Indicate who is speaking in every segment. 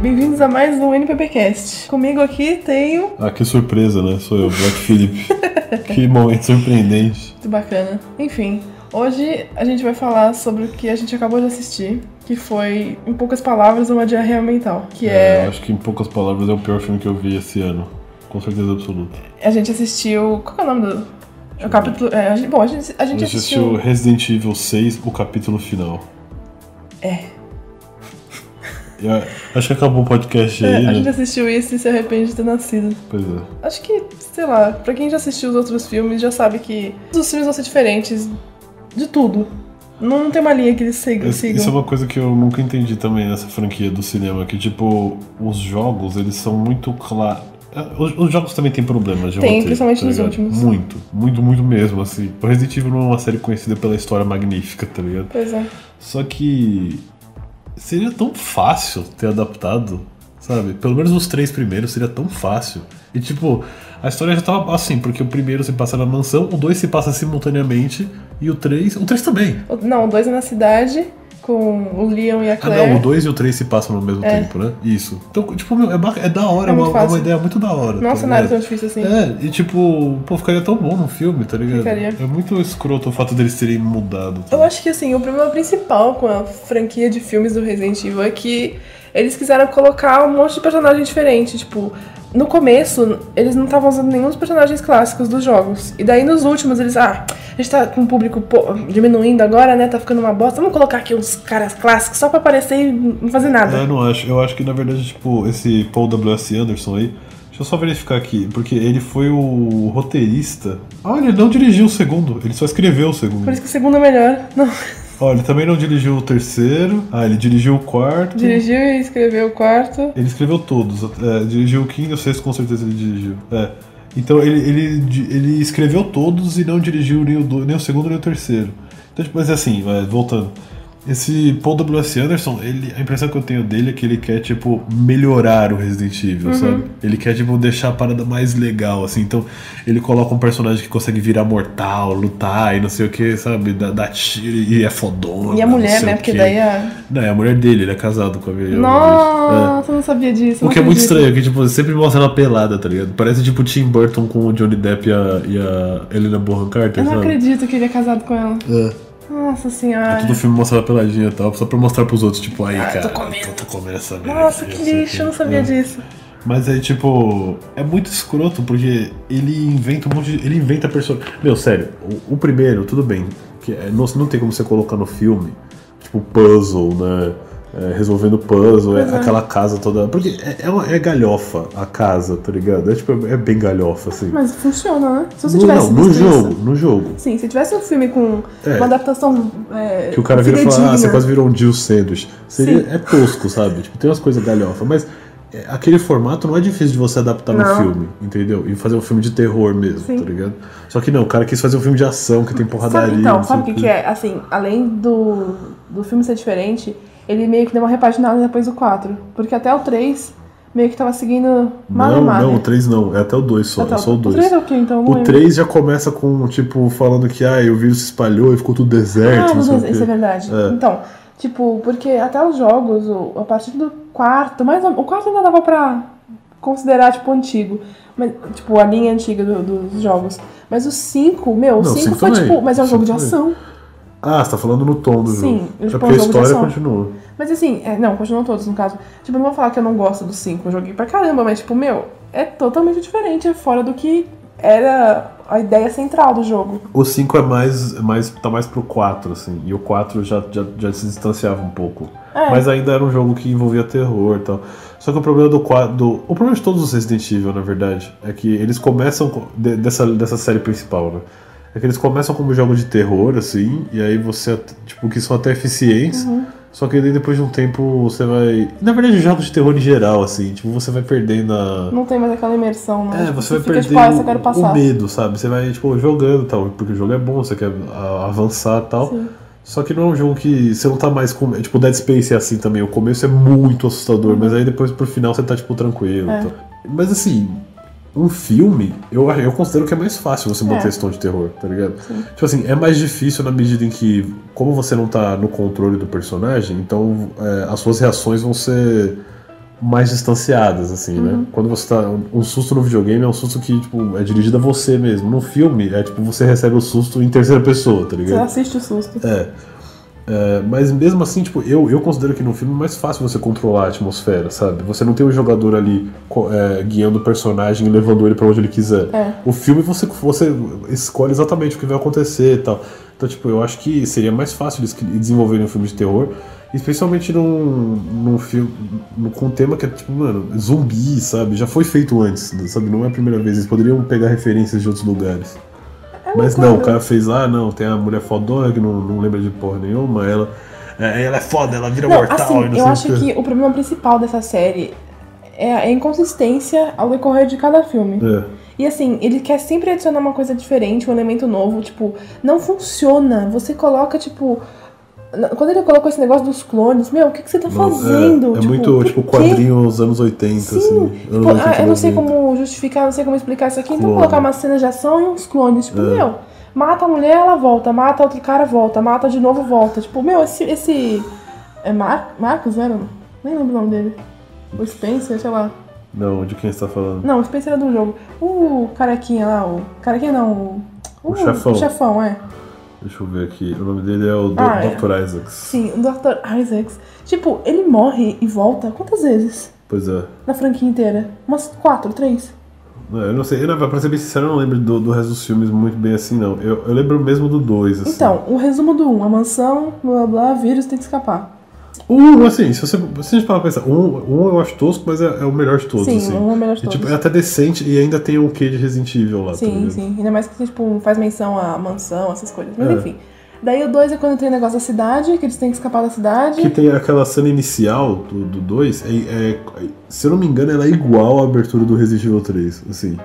Speaker 1: bem-vindos a mais um NPPcast. Comigo aqui tenho.
Speaker 2: Ah, que surpresa, né? Sou eu, Black Philip. que momento surpreendente.
Speaker 1: Muito bacana. Enfim, hoje a gente vai falar sobre o que a gente acabou de assistir, que foi, em poucas palavras, uma diarreia mental. Que
Speaker 2: eu
Speaker 1: é.
Speaker 2: acho que em poucas palavras é o pior filme que eu vi esse ano. Com certeza absoluta.
Speaker 1: A gente assistiu. Qual que é o nome do. É o capítulo. É, a gente- bom, a gente, a gente
Speaker 2: Eu assisti o
Speaker 1: assistiu.
Speaker 2: Resident Evil 6, o capítulo final.
Speaker 1: É.
Speaker 2: E a- acho que acabou o podcast
Speaker 1: É,
Speaker 2: aí,
Speaker 1: a
Speaker 2: né?
Speaker 1: gente assistiu isso e se arrepende de ter nascido.
Speaker 2: Pois é.
Speaker 1: Acho que, sei lá, pra quem já assistiu os outros filmes já sabe que os filmes vão ser diferentes de tudo. Não tem uma linha que eles sigam.
Speaker 2: Isso-
Speaker 1: sigam.
Speaker 2: Isso é uma coisa que eu nunca entendi também nessa franquia do cinema, que tipo, os jogos, eles são muito claros. Os, os jogos também têm problemas de
Speaker 1: Tem,
Speaker 2: roteiro,
Speaker 1: principalmente
Speaker 2: tá
Speaker 1: nos
Speaker 2: ligado?
Speaker 1: últimos.
Speaker 2: Muito, muito, muito mesmo, assim. O Resident Evil não é uma série conhecida pela história magnífica, tá ligado?
Speaker 1: Pois é.
Speaker 2: Só que seria tão fácil ter adaptado, sabe? Pelo menos os três primeiros seria tão fácil. E tipo, a história já tava assim, porque o primeiro se passa na mansão, o dois se passa simultaneamente e o três, o três também.
Speaker 1: O- Não, o dois é na cidade, com o Leon e a
Speaker 2: Ah
Speaker 1: Claire.
Speaker 2: não, o dois e o três se passam ao mesmo
Speaker 1: É.
Speaker 2: tempo, né? Isso. Então, tipo, meu, é, ba- é da hora,
Speaker 1: É
Speaker 2: é
Speaker 1: muito
Speaker 2: uma, é
Speaker 1: fácil.
Speaker 2: uma ideia muito da hora.
Speaker 1: Não é um
Speaker 2: tá
Speaker 1: cenário tão
Speaker 2: ligado?
Speaker 1: difícil assim.
Speaker 2: É, e tipo, pô, ficaria tão bom no filme, tá ligado?
Speaker 1: Ficaria.
Speaker 2: É muito escroto o fato deles terem mudado. tá
Speaker 1: Eu acho que assim, o problema principal com a franquia de filmes do Resident Evil é que eles quiseram colocar um monte de personagem diferente. Tipo, no começo, eles não estavam usando nenhum dos personagens clássicos dos jogos. E daí nos últimos, eles, ah, a gente tá com o público pô, diminuindo agora, né? Tá ficando uma bosta. Vamos colocar aqui uns caras clássicos só pra aparecer e não fazer nada.
Speaker 2: Eu não acho. Eu acho que, na verdade, tipo, esse Paul W.S. Anderson aí. Deixa eu só verificar aqui, porque ele foi o roteirista. Ah, ele não dirigiu o segundo, ele só escreveu o
Speaker 1: Por
Speaker 2: segundo.
Speaker 1: isso que o segundo é melhor. Não,
Speaker 2: Ó, ele também não dirigiu o terceiro. Ah, ele dirigiu o quarto.
Speaker 1: dirigiu e escreveu o quarto.
Speaker 2: Ele escreveu todos. É, dirigiu o quinto e o sexto, com certeza ele dirigiu. É. Então ele, ele, di- ele escreveu todos e não dirigiu nem o, do- nem o segundo nem o terceiro. Então, tipo, mas assim, é, voltando. Esse Paul W.S. Anderson, ele, a impressão que eu tenho dele é que ele quer, tipo, melhorar o Resident
Speaker 1: Uhum.
Speaker 2: Evil, sabe? Ele quer, tipo, deixar a parada mais legal, assim. Então, ele coloca um personagem que consegue virar mortal, lutar e não sei o que, sabe? Dá, dá tiro e é fodona.
Speaker 1: E a
Speaker 2: não
Speaker 1: mulher,
Speaker 2: sei
Speaker 1: né?
Speaker 2: o
Speaker 1: Porque
Speaker 2: quê.
Speaker 1: daí a.
Speaker 2: Não, é a mulher dele, ele é casado com a Viola. É.
Speaker 1: Nossa, eu não sabia disso.
Speaker 2: O
Speaker 1: não
Speaker 2: que é muito
Speaker 1: acredito.
Speaker 2: estranho, que tipo, sempre mostra ela pelada, tá ligado? Parece tipo Tim Burton com o Johnny Depp e a, e a Helena Bonham Carter,
Speaker 1: Eu não
Speaker 2: sabe?
Speaker 1: acredito que ele é casado com ela.
Speaker 2: É.
Speaker 1: Nossa senhora.
Speaker 2: Todo filme mostra ela peladinha e tal, só pra mostrar pros outros, tipo, aí,
Speaker 1: Ah, tô
Speaker 2: cara,
Speaker 1: comendo.
Speaker 2: tô comendo essa merda.
Speaker 1: Nossa, que
Speaker 2: não né? sei o
Speaker 1: lixo,
Speaker 2: quê.
Speaker 1: eu não sabia
Speaker 2: É.
Speaker 1: disso.
Speaker 2: Mas aí, tipo, é muito escroto, porque ele inventa um monte de. Ele inventa personagem. Meu, sério, o, o primeiro, tudo bem. Que é- não, não tem como você colocar no filme, tipo, puzzle, né? É, resolvendo puzzle, é,
Speaker 1: Uhum.
Speaker 2: aquela casa toda. Porque é, é, uma- é galhofa a casa, tá ligado? É, tipo, é, é bem galhofa, assim.
Speaker 1: Mas funciona, né? Se você
Speaker 2: No-
Speaker 1: tivesse
Speaker 2: não, no
Speaker 1: visto
Speaker 2: jogo,
Speaker 1: isso-
Speaker 2: no jogo.
Speaker 1: Sim, se tivesse um filme com
Speaker 2: É.
Speaker 1: uma adaptação. é,
Speaker 2: Que o cara vira e fala, ah,
Speaker 1: fidedigna,
Speaker 2: você quase virou um Jill Sandwich. Seria,
Speaker 1: Sim.
Speaker 2: é tosco, sabe? Tipo, tem umas coisas galhofa, mas é, aquele formato não é difícil de você adaptar
Speaker 1: Não.
Speaker 2: no filme, entendeu? E fazer um filme de terror mesmo,
Speaker 1: Sim.
Speaker 2: tá ligado? Só que não, o cara quis fazer um filme de ação, que tem porradaria.
Speaker 1: Sabe, então,
Speaker 2: não sei
Speaker 1: sabe o que,
Speaker 2: quê.
Speaker 1: que é? Assim, além do, do filme ser diferente, ele meio que deu uma repaginada depois do 4. Porque até o 3 meio que tava seguindo mal
Speaker 2: Não,
Speaker 1: e mal.
Speaker 2: não, o 3 não, é até o 2 só, é só o 2.
Speaker 1: O 3 é o quê, então? Eu não
Speaker 2: O
Speaker 1: lembro.
Speaker 2: 3 já começa com, tipo, falando que ah, o vírus se espalhou e ficou tudo deserto.
Speaker 1: Ah,
Speaker 2: não
Speaker 1: meu
Speaker 2: sei o
Speaker 1: Deus, isso é
Speaker 2: quê.
Speaker 1: verdade.
Speaker 2: É.
Speaker 1: Então, tipo, porque até os jogos, o- a partir do quarto, mas o quarto ainda dava pra considerar, tipo, antigo. Mas, tipo, a linha antiga do- dos jogos. Mas o 5, meu, o
Speaker 2: Não,
Speaker 1: 5
Speaker 2: cinco
Speaker 1: foi
Speaker 2: também.
Speaker 1: tipo. Mas é um jogo
Speaker 2: Cinco
Speaker 1: de
Speaker 2: também.
Speaker 1: ação.
Speaker 2: Ah, você tá falando no tom do
Speaker 1: Sim,
Speaker 2: jogo.
Speaker 1: eles
Speaker 2: É
Speaker 1: põem
Speaker 2: porque a
Speaker 1: o jogo de
Speaker 2: história
Speaker 1: ação.
Speaker 2: continua.
Speaker 1: Mas assim, é, não, continuam todos no caso. Tipo, eu não vou falar que eu não gosto do 5, eu joguei pra caramba, mas, tipo, meu, é totalmente diferente, é fora do que era a ideia central do jogo.
Speaker 2: O 5 é mais, é mais. tá mais pro 4, assim. E o 4 já, já, já se distanciava um pouco.
Speaker 1: É.
Speaker 2: Mas ainda era um jogo que envolvia terror e tal. Só que o problema do 4. Do, o problema de todos os Resident Evil, na verdade, é que eles começam. com- de- dessa, dessa série principal, né? É que eles começam como jogo de terror, assim, e aí você. at- Tipo, que são até eficientes. Só que daí depois de um tempo você vai. Na verdade, jogos de terror em geral, assim, tipo, você vai perdendo a.
Speaker 1: Não tem mais aquela imersão, né?
Speaker 2: É, você vai
Speaker 1: fica,
Speaker 2: perder
Speaker 1: tipo, ah, essa eu
Speaker 2: o-
Speaker 1: quero
Speaker 2: o
Speaker 1: passar.
Speaker 2: medo, sabe? Você vai, tipo, jogando e tal, porque o jogo é bom, você quer a- avançar e tal.
Speaker 1: Sim.
Speaker 2: Só que não é um jogo que você não tá mais com. Tipo, Dead Space é assim também. O começo é muito assustador, mas aí depois pro final você tá, tipo, tranquilo. e
Speaker 1: É.
Speaker 2: tal. Mas assim, um filme, eu, eu considero que é mais fácil você manter
Speaker 1: É.
Speaker 2: esse tom de terror, tá ligado?
Speaker 1: Sim.
Speaker 2: Tipo assim, é mais difícil na medida em que, como você não tá no controle do personagem, então é, as suas reações vão ser mais distanciadas, assim,
Speaker 1: Uhum.
Speaker 2: né? Quando você tá. Um susto no videogame é um susto que, tipo, é dirigido a você mesmo. No filme, é tipo, você recebe o susto em terceira pessoa,
Speaker 1: Você
Speaker 2: tá ligado?
Speaker 1: assiste o susto.
Speaker 2: É. É, mas mesmo assim, tipo, eu, eu considero que no filme é mais fácil você controlar a atmosfera, sabe? Você não tem o jogador ali co- é, guiando o personagem e levando ele pra onde ele quiser.
Speaker 1: É.
Speaker 2: O filme você, você escolhe exatamente o que vai acontecer e tal. Então, tipo, eu acho que seria mais fácil eles que- desenvolverem um filme de terror, especialmente num, num filme num- com um tema que é, tipo, mano, zumbi, sabe? Já foi feito antes, sabe? Não é a primeira vez. Eles poderiam pegar referências de outros lugares.
Speaker 1: É
Speaker 2: Mas não, o cara fez, ah, não, tem a mulher fodona que não, não lembra de porra nenhuma, ela, é, ela é foda, ela vira
Speaker 1: Não,
Speaker 2: mortal e
Speaker 1: assim,
Speaker 2: não
Speaker 1: eu
Speaker 2: sei
Speaker 1: acho
Speaker 2: o quê.
Speaker 1: que o problema principal dessa série é a inconsistência ao decorrer de cada filme.
Speaker 2: É.
Speaker 1: E assim, ele quer sempre adicionar uma coisa diferente, um elemento novo, tipo, não funciona. Você coloca, tipo. na- Quando ele colocou esse negócio dos clones, meu, o que, que você tá
Speaker 2: Não, é-
Speaker 1: fazendo?
Speaker 2: É,
Speaker 1: tipo,
Speaker 2: muito,
Speaker 1: por
Speaker 2: tipo,
Speaker 1: quê?
Speaker 2: quadrinho dos anos 80,
Speaker 1: Sim,
Speaker 2: assim.
Speaker 1: Tipo,
Speaker 2: anos 80,
Speaker 1: ah, eu não sei
Speaker 2: 90.
Speaker 1: como justificar, não sei como explicar isso aqui, então
Speaker 2: Clone.
Speaker 1: colocar uma cena de ação e uns clones. Tipo,
Speaker 2: É.
Speaker 1: meu, mata a mulher, ela volta, mata outro cara, volta, mata de novo, volta. Tipo, meu, esse. esse é Mar Marcos, era? Nem lembro o nome dele. O Spencer, sei lá.
Speaker 2: Não, de quem você tá falando?
Speaker 1: Não, o Spencer era do jogo. O carequinha lá, o. Carequinha não, o.
Speaker 2: O chefão.
Speaker 1: O chefão, é.
Speaker 2: Deixa eu ver aqui. O nome dele é o Do-
Speaker 1: Ah, é.
Speaker 2: Dr. Isaacs.
Speaker 1: Sim, o Dr. Isaacs. Tipo, ele morre e volta quantas vezes?
Speaker 2: Pois é.
Speaker 1: Na franquia inteira? Umas quatro, três?
Speaker 2: Não, Eu não sei, eu, na verdade, pra ser bem sincero, eu não lembro do, do resto dos filmes muito bem assim, não. Eu, eu lembro mesmo do 2, assim.
Speaker 1: Então, o resumo do 1, um, a mansão, blá blá, blá, vírus tem que escapar.
Speaker 2: Um, assim, se você, se a gente parar pra pensar, um, um eu acho tosco, mas é, é o melhor de todos,
Speaker 1: sim,
Speaker 2: assim.
Speaker 1: um é o melhor de
Speaker 2: É,
Speaker 1: todos.
Speaker 2: tipo, é até decente e ainda tem um quê de Resident Evil lá. tá
Speaker 1: sim,
Speaker 2: ligado?
Speaker 1: sim. Ainda mais que tipo, faz menção à mansão, essas coisas. Mas
Speaker 2: É.
Speaker 1: enfim. Daí o 2 é quando tem o negócio da cidade, que eles têm que escapar da cidade.
Speaker 2: Que tem aquela cena inicial do 2, é, é- se eu não me engano, ela é igual à abertura do Resident Evil 3, assim.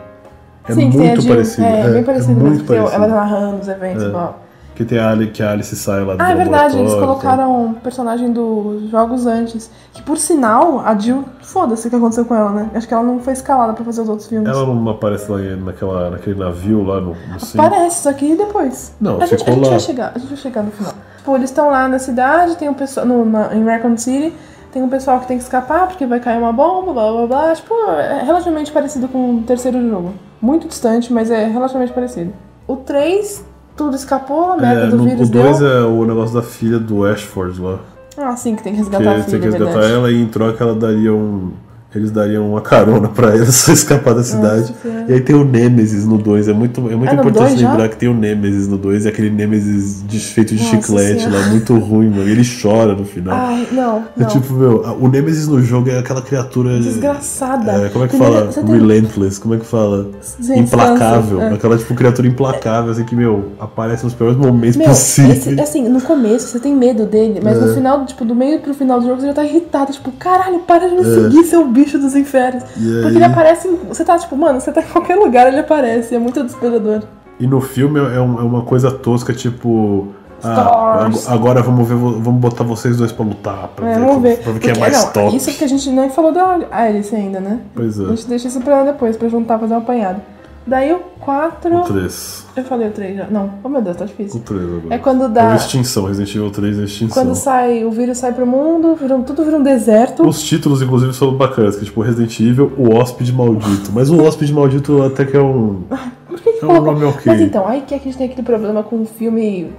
Speaker 2: É
Speaker 1: sim, que tem a
Speaker 2: muito
Speaker 1: Jill.
Speaker 2: parecido.
Speaker 1: É, bem parecido mesmo,
Speaker 2: muito
Speaker 1: porque
Speaker 2: parecido.
Speaker 1: ela tá narrando os eventos
Speaker 2: É.
Speaker 1: e tal.
Speaker 2: Que tem a Ali, que a Alice sai lá do
Speaker 1: Ah, é verdade, eles
Speaker 2: laboratório,
Speaker 1: colocaram o personagem dos jogos antes. Que por sinal, a Jill, foda-se o que aconteceu com ela, né? Acho que ela não foi escalada pra fazer os outros
Speaker 2: tá?
Speaker 1: filmes.
Speaker 2: Ela não aparece lá naquela, naquele navio lá no, no centro.
Speaker 1: Parece, só que depois.
Speaker 2: Não,
Speaker 1: a gente, a
Speaker 2: ficou
Speaker 1: gente
Speaker 2: lá.
Speaker 1: vai chegar, a gente vai chegar no final. Tipo, eles estão lá na cidade, tem um pessoal. no- na- em Raccoon City, tem um pessoal que tem que escapar porque vai cair uma bomba, blá blá blá. Tipo, é relativamente parecido com o terceiro jogo. Muito distante, mas é relativamente parecido. O 3, tudo escapou, a merda
Speaker 2: É,
Speaker 1: né, do
Speaker 2: no-
Speaker 1: vírus
Speaker 2: o 2
Speaker 1: deu.
Speaker 2: é o negócio da filha do Ashford lá.
Speaker 1: Ah, sim, que tem que
Speaker 2: Que
Speaker 1: resgatar a
Speaker 2: eles
Speaker 1: filha,
Speaker 2: têm que
Speaker 1: é
Speaker 2: resgatar
Speaker 1: verdade.
Speaker 2: ela e em troca ela daria um. Eles dariam uma carona pra ela só escapar da cidade.
Speaker 1: Senhora.
Speaker 2: e aí tem o Nemesis no 2. É muito, é muito
Speaker 1: É no
Speaker 2: importante
Speaker 1: dois já?
Speaker 2: lembrar que tem o Nemesis no 2 e aquele Nemesis desfeito de
Speaker 1: Nossa
Speaker 2: chiclete lá,
Speaker 1: Senhora.
Speaker 2: muito ruim, mano. E ele chora no final.
Speaker 1: Ai, não,
Speaker 2: é
Speaker 1: não.
Speaker 2: tipo, meu, a- o Nemesis no jogo é aquela criatura.
Speaker 1: Desgraçada.
Speaker 2: é, como é que
Speaker 1: Primeiro,
Speaker 2: fala?
Speaker 1: você tem- um
Speaker 2: Relentless, como é que fala?
Speaker 1: Gente,
Speaker 2: implacável.
Speaker 1: lança, é.
Speaker 2: Aquela tipo criatura implacável, assim, que, meu, aparece nos piores momentos
Speaker 1: Meu,
Speaker 2: possíveis.
Speaker 1: esse- assim, no começo você tem medo dele, mas
Speaker 2: É.
Speaker 1: no final, tipo, do meio pro final do jogo você já tá irritado, tipo, caralho, para
Speaker 2: É.
Speaker 1: de me seguir, seu bicho dos infernos.
Speaker 2: E
Speaker 1: Porque ele
Speaker 2: aí-
Speaker 1: aparece, em- você tá tipo, mano, você tá em qualquer lugar, ele aparece, é muito desesperador.
Speaker 2: E no filme é, um- é uma coisa tosca, tipo. Ah,
Speaker 1: Stars.
Speaker 2: ag- agora vamos ver, vo- vamos botar vocês dois pra lutar, pra
Speaker 1: É,
Speaker 2: ver,
Speaker 1: vamos ver.
Speaker 2: pra ver quem é mais
Speaker 1: não,
Speaker 2: top.
Speaker 1: Isso é porque a gente nem falou da Alice ainda, né?
Speaker 2: Pois
Speaker 1: A
Speaker 2: é,
Speaker 1: gente deixa isso pra lá depois, pra juntar, fazer um apanhado. Daí o 4.
Speaker 2: o 3.
Speaker 1: Eu falei o 3 já. Não, oh meu Deus, tá
Speaker 2: O
Speaker 1: difícil.
Speaker 2: 3 agora.
Speaker 1: É quando
Speaker 2: É uma
Speaker 1: dá.
Speaker 2: extinção, Resident Evil 3 é extinção.
Speaker 1: Quando sai, o vírus sai pro mundo, vira, um- tudo vira um deserto.
Speaker 2: Os títulos, inclusive, são bacanas, que é tipo Resident Evil, o Hóspede Maldito. Mas o Hóspede Maldito até que é um.
Speaker 1: Por que que
Speaker 2: É um
Speaker 1: colocou-
Speaker 2: nome ok.
Speaker 1: Mas então, aí que a gente tem aquele problema com o filme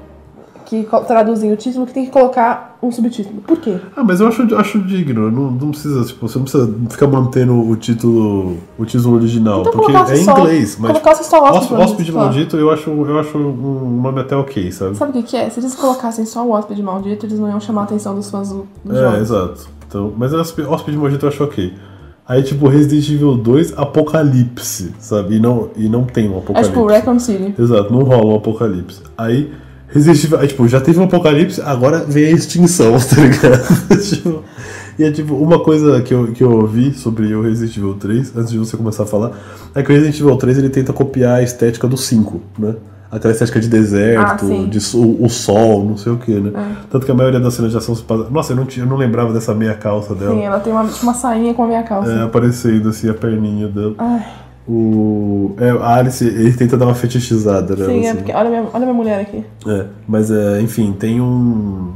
Speaker 1: que co- traduzem o título, que tem que colocar um subtítulo. Por quê?
Speaker 2: Ah, mas eu acho, acho digno. Não, não precisa, tipo, você não precisa ficar mantendo o título. O título original.
Speaker 1: Então
Speaker 2: porque é
Speaker 1: colocasse
Speaker 2: em
Speaker 1: só-
Speaker 2: inglês, mas.
Speaker 1: colocasse só hóspede
Speaker 2: Hóspede,
Speaker 1: maldito,
Speaker 2: hóspede
Speaker 1: sei lá.
Speaker 2: Maldito, eu acho, eu acho um nome até ok, sabe?
Speaker 1: Sabe o que, que é? Se eles colocassem só o hóspede maldito, eles não iam chamar a atenção dos fãs do, do
Speaker 2: É,
Speaker 1: jogo.
Speaker 2: exato. Então, mas Hóspede Hóspede Maldito eu acho ok. Aí, tipo, Resident Evil 2, Apocalipse, sabe? E não, e não tem um
Speaker 1: É
Speaker 2: apocalipse.
Speaker 1: tipo Raccoon City.
Speaker 2: Exato, não rola um apocalipse. Aí, Resident Evil, aí, tipo, já teve um apocalipse, agora vem a extinção, tá ligado? Tipo, e é tipo, uma coisa que eu, que eu ouvi sobre o Resident Evil 3, antes de você começar a falar, é que o Resident Evil 3 ele tenta copiar a estética do 5, né? Aquela estética de
Speaker 1: Ah,
Speaker 2: deserto,
Speaker 1: sim. É.
Speaker 2: de so- o, sol, não sei o que, né? Tanto que a maioria das cenas de ação se passa. Nossa, eu não, tinha- eu não lembrava dessa meia calça dela.
Speaker 1: Sim, ela tem uma, tipo, uma sainha com a minha calça.
Speaker 2: É, aparecendo assim a perninha dela.
Speaker 1: Ai,
Speaker 2: O. É, a Alice, ele tenta dar uma fetichizada, né?
Speaker 1: sim, é
Speaker 2: assim.
Speaker 1: porque. Olha minha, olha minha mulher aqui.
Speaker 2: É, mas é, enfim, tem um.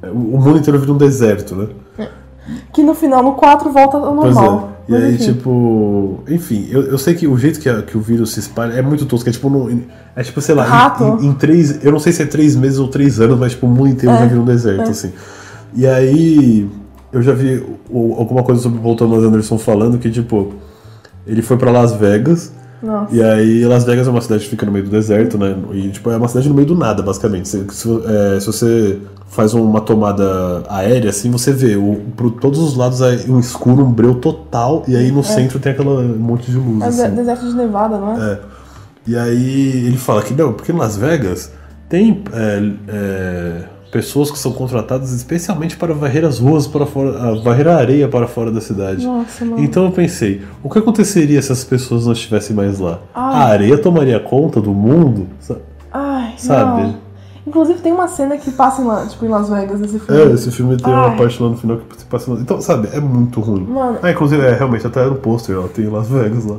Speaker 2: é, O o mundo inteiro vira um deserto, né?
Speaker 1: que no final, no 4, volta ao
Speaker 2: Pois
Speaker 1: normal.
Speaker 2: é. E
Speaker 1: Mas,
Speaker 2: aí,
Speaker 1: enfim.
Speaker 2: tipo. Enfim, eu, eu sei que o jeito que, a- que o vírus se espalha é muito tosco. É tipo, no- é tipo, sei lá, em-
Speaker 1: Rato.
Speaker 2: em, em três. Eu não sei se é três meses ou três anos, mas tipo, o mundo inteiro
Speaker 1: É,
Speaker 2: já vira um deserto, assim. E aí. Eu já vi o- alguma coisa sobre o Thomas Anderson falando que, tipo, ele foi pra Las Vegas.
Speaker 1: Nossa.
Speaker 2: E aí, Las Vegas é uma cidade que fica no meio do deserto, né? E, tipo, é uma cidade no meio do nada, basicamente. Se, se, é, se você faz uma tomada aérea, assim, você vê o, por todos os lados é um escuro, um breu total, e aí no centro tem aquele monte de luz,
Speaker 1: É de-
Speaker 2: assim.
Speaker 1: deserto de Nevada, não é?
Speaker 2: E aí, ele fala que não, porque em Las Vegas tem é, é, pessoas que são contratadas especialmente para varrer as ruas para fora, ah, varrer a areia para fora da cidade.
Speaker 1: Nossa, mano.
Speaker 2: Então eu pensei, o que aconteceria se as pessoas não estivessem mais lá?
Speaker 1: Ai.
Speaker 2: A areia tomaria conta do mundo? Sa-
Speaker 1: Ai,
Speaker 2: Sabe?
Speaker 1: não. Inclusive tem uma cena que passa em, La- tipo, em Las Vegas nesse
Speaker 2: É,
Speaker 1: filme.
Speaker 2: esse filme tem
Speaker 1: Ai.
Speaker 2: uma parte lá no final que se passa. lá. Então, sabe, é muito ruim.
Speaker 1: Mano.
Speaker 2: Ah, inclusive, é realmente até no pôster, ela tem Las Vegas lá.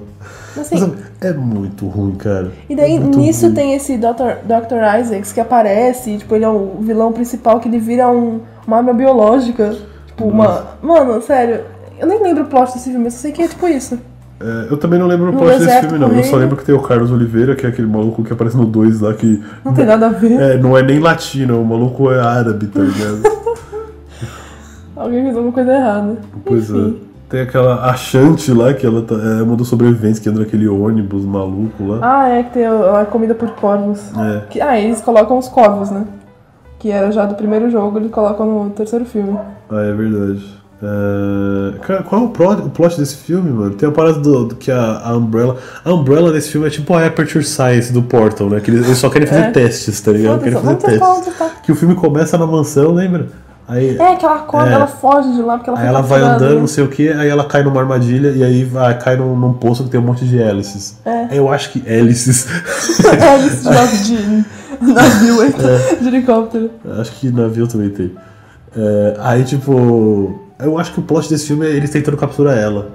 Speaker 1: Mas,
Speaker 2: Mas,
Speaker 1: assim,
Speaker 2: sabe, é muito ruim, cara.
Speaker 1: e daí
Speaker 2: é muito
Speaker 1: nisso
Speaker 2: ruim.
Speaker 1: tem esse Dr. Dr. Isaacs que aparece, e, tipo, ele é o vilão principal que ele vira um, uma arma biológica. Tipo, uma. Mano, sério, eu nem lembro o plot desse filme, eu só sei que é tipo isso.
Speaker 2: É, eu também não lembro o
Speaker 1: No
Speaker 2: plot desse
Speaker 1: deserto
Speaker 2: filme, não. Eu só
Speaker 1: correndo.
Speaker 2: lembro que tem o Carlos Oliveira, que é aquele maluco que aparece no 2 lá, que
Speaker 1: Não tem nada a ver.
Speaker 2: é, não é nem latino, o maluco é árabe, tá ligado?
Speaker 1: Alguém fez alguma coisa errada.
Speaker 2: Pois é.
Speaker 1: Enfim.
Speaker 2: Tem aquela achante lá, que ela tá- é uma dos sobreviventes que entra naquele ônibus maluco lá.
Speaker 1: Ah, é que tem a a comida por corvos.
Speaker 2: É.
Speaker 1: Que- ah, eles colocam os corvos, né? Que era já do primeiro jogo, eles colocam no terceiro filme.
Speaker 2: Ah, é verdade. É, Cara, qual é o, pro- o plot desse filme, mano? Tem a parada do, do que a, a Umbrella. A Umbrella desse filme é tipo a Aperture Science do Portal, né? Que eles, eles só querem fazer
Speaker 1: É.
Speaker 2: testes, tá ligado? Querem
Speaker 1: Foda-se,
Speaker 2: fazer
Speaker 1: vamos testar, vamos
Speaker 2: testes.
Speaker 1: testar.
Speaker 2: Que o filme começa na mansão, lembra? Aí,
Speaker 1: É, que ela acorda,
Speaker 2: É.
Speaker 1: ela foge de lá né? porque ela
Speaker 2: aí
Speaker 1: foi
Speaker 2: ela vai
Speaker 1: capturada.
Speaker 2: andando, assim. não sei o que, aí ela cai numa armadilha e aí vai, cai num, num poço que tem um monte de hélices.
Speaker 1: É.
Speaker 2: Eu acho que hélices.
Speaker 1: é, eles jogam de navio
Speaker 2: É.
Speaker 1: então, de helicóptero.
Speaker 2: Acho que navio também tem. É, aí, tipo. Eu acho que o plot desse filme é eles tentando capturar ela.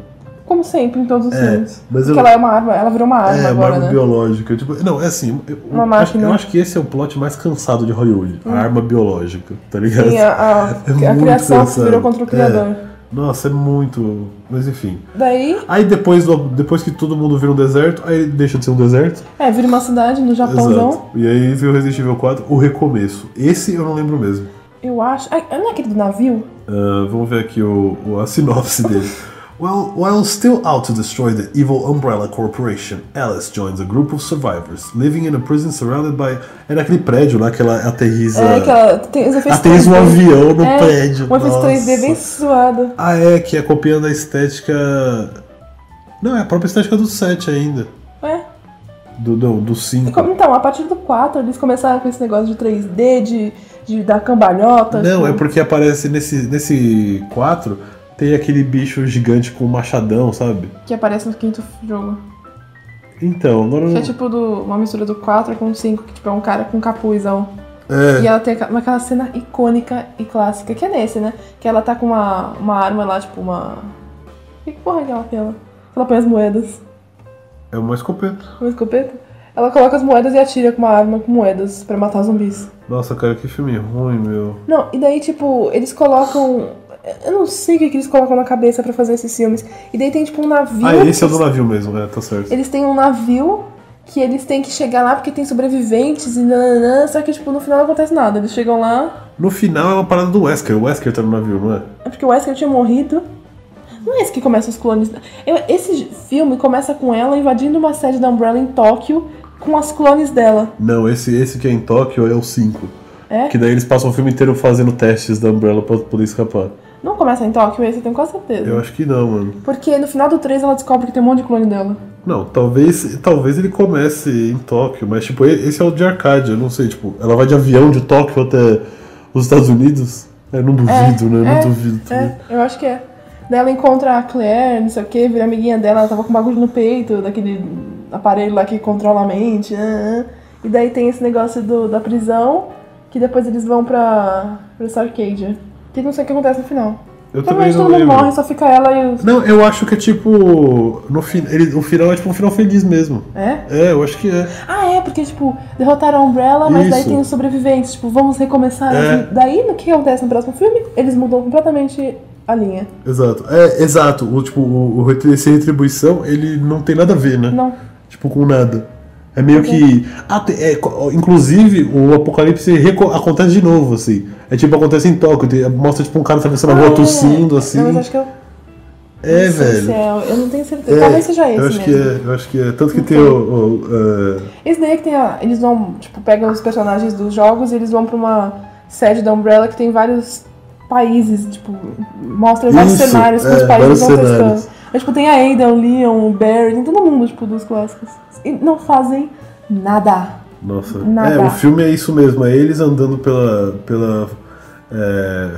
Speaker 1: Como sempre em todos os
Speaker 2: É,
Speaker 1: filmes.
Speaker 2: mas eu-
Speaker 1: Porque ela é uma arma, ela virou uma arma
Speaker 2: É, uma
Speaker 1: agora,
Speaker 2: arma
Speaker 1: né?
Speaker 2: biológica. Tipo, não, é assim. Eu,
Speaker 1: Uma
Speaker 2: eu acho,
Speaker 1: máquina. Hum.
Speaker 2: eu acho que esse é o plot mais cansado de Hollywood. A arma biológica, tá ligado?
Speaker 1: Sim, a, a,
Speaker 2: É
Speaker 1: a
Speaker 2: muito
Speaker 1: criação que se
Speaker 2: cansado.
Speaker 1: virou contra o criador.
Speaker 2: É. Nossa, é muito. Mas enfim.
Speaker 1: Daí,
Speaker 2: Aí depois, do- depois que todo mundo vira um deserto, aí deixa de ser um deserto.
Speaker 1: é, vira uma cidade no Japãozão.
Speaker 2: Exato. E aí vem o Resident Evil 4, o recomeço. Esse eu não lembro mesmo.
Speaker 1: Eu acho. Ai, não é aquele do navio?
Speaker 2: Uh, vamos ver aqui o, o- a sinopse dele. While, while still out to destroy the evil Umbrella Corporation, Alice joins a group of survivors living in a prison surrounded by. É naquele prédio lá que ela aterriza.
Speaker 1: É, que ela tem os efeitos
Speaker 2: Aterriza um
Speaker 1: 3D.
Speaker 2: avião no
Speaker 1: é,
Speaker 2: prédio.
Speaker 1: Um efeito
Speaker 2: nossa.
Speaker 1: 3D bem suado.
Speaker 2: Ah, é, que é copiando a estética. Não, é a própria estética do 7 ainda.
Speaker 1: É.
Speaker 2: Do, não, do
Speaker 1: E
Speaker 2: 5.
Speaker 1: como- Então, a partir do 4, eles começaram com esse negócio de 3D, de, de dar cambalhota.
Speaker 2: Não,
Speaker 1: tipo,
Speaker 2: é porque aparece nesse, nesse 4 tem aquele bicho gigante com um machadão, sabe?
Speaker 1: Que aparece no quinto jogo.
Speaker 2: Então, agora eu
Speaker 1: Que é
Speaker 2: não.
Speaker 1: tipo do- uma mistura do 4 com o 5, que tipo, é um cara com capuzão.
Speaker 2: É.
Speaker 1: E ela tem aqua- aquela cena icônica e clássica, que é nesse, né? Que ela tá com uma, uma arma lá, tipo uma. Que porra é aquela que ela? que Ela põe as moedas.
Speaker 2: É uma escopeta.
Speaker 1: Uma escopeta? Ela coloca as moedas e atira com uma arma com moedas pra matar zumbis.
Speaker 2: Nossa, cara, que filme ruim, meu.
Speaker 1: Não, e daí, tipo, eles colocam. Eu não sei o que, que eles colocam na cabeça pra fazer esses filmes. E daí tem, tipo, um navio.
Speaker 2: Ah, esse é o do navio mesmo, é, tá certo.
Speaker 1: Eles têm um navio que eles têm que chegar lá porque tem sobreviventes e nananã. Só que, tipo, no final não acontece nada. Eles chegam lá.
Speaker 2: No final é uma parada do Wesker, o Wesker tá no navio, não é?
Speaker 1: É porque o Wesker tinha morrido. Não é esse que começa os clones. Eu- esse filme começa com ela invadindo uma sede da Umbrella em Tóquio com as clones dela.
Speaker 2: Não, esse, esse que é em Tóquio é o 5.
Speaker 1: É?
Speaker 2: Que daí eles passam o filme inteiro fazendo testes da Umbrella pra poder escapar.
Speaker 1: Não começa em Tóquio, esse eu tenho quase certeza.
Speaker 2: Eu acho que não, mano.
Speaker 1: Porque no final do 3 ela descobre que tem um monte de clone dela.
Speaker 2: Não, talvez talvez ele comece em Tóquio, mas tipo, e- esse é o de Arcádia, eu não sei, tipo, ela vai de avião de Tóquio até os Estados Unidos? Eu não duvido, né? Eu não
Speaker 1: é,
Speaker 2: duvido também.
Speaker 1: É, eu acho que é. Daí ela encontra a Claire, não sei o que, vira amiguinha dela, ela tava com um bagulho no peito, daquele aparelho lá que controla a mente. né? E daí tem esse negócio do, da prisão, que depois eles vão pra, pra essa Arcadia. Que não sei o que acontece no final.
Speaker 2: Eu também
Speaker 1: Provavelmente
Speaker 2: não
Speaker 1: todo mundo
Speaker 2: lembro.
Speaker 1: morre, só fica ela e os.
Speaker 2: Não, eu acho que é tipo. No fin... ele, o final é tipo um final feliz mesmo.
Speaker 1: É?
Speaker 2: É, eu acho que é.
Speaker 1: Ah, é, porque, tipo, derrotaram a Umbrella, mas daí
Speaker 2: Isso.
Speaker 1: tem os sobreviventes, tipo, vamos recomeçar.
Speaker 2: É.
Speaker 1: Daí, no que acontece no próximo filme, eles mudam completamente a linha.
Speaker 2: Exato. É, exato. O, tipo, o, o retri- esse retribuição, ele não tem nada a ver, né?
Speaker 1: Não.
Speaker 2: Tipo, com nada. É meio que. Ah, tem- é, co- inclusive, o apocalipse reco- acontece de novo, assim. É tipo, acontece em Tóquio. tem- mostra, tipo, um cara atravessando a rua
Speaker 1: Ah,
Speaker 2: tossindo, assim.
Speaker 1: Não, mas acho que eu.
Speaker 2: É,
Speaker 1: não sei
Speaker 2: velho.
Speaker 1: se é- eu não tenho certeza.
Speaker 2: É,
Speaker 1: Talvez seja esse
Speaker 2: eu acho
Speaker 1: mesmo.
Speaker 2: Que é, eu acho que é. Tanto que tem o. o, é,
Speaker 1: Esse daí é que tem a. Eles vão, tipo, pegam os personagens dos jogos e eles vão pra uma sede da Umbrella que tem vários países, tipo, mostra vários
Speaker 2: Isso,
Speaker 1: cenários que
Speaker 2: é,
Speaker 1: os países
Speaker 2: vários
Speaker 1: vão testando.
Speaker 2: cenários.
Speaker 1: Mas, tipo, tem a Ada, o Leon, o Barry, tem todo mundo, tipo, dos clássicos. E não fazem nada.
Speaker 2: nossa.
Speaker 1: Nada.
Speaker 2: É, o filme é isso mesmo. É eles andando pela. pela. é,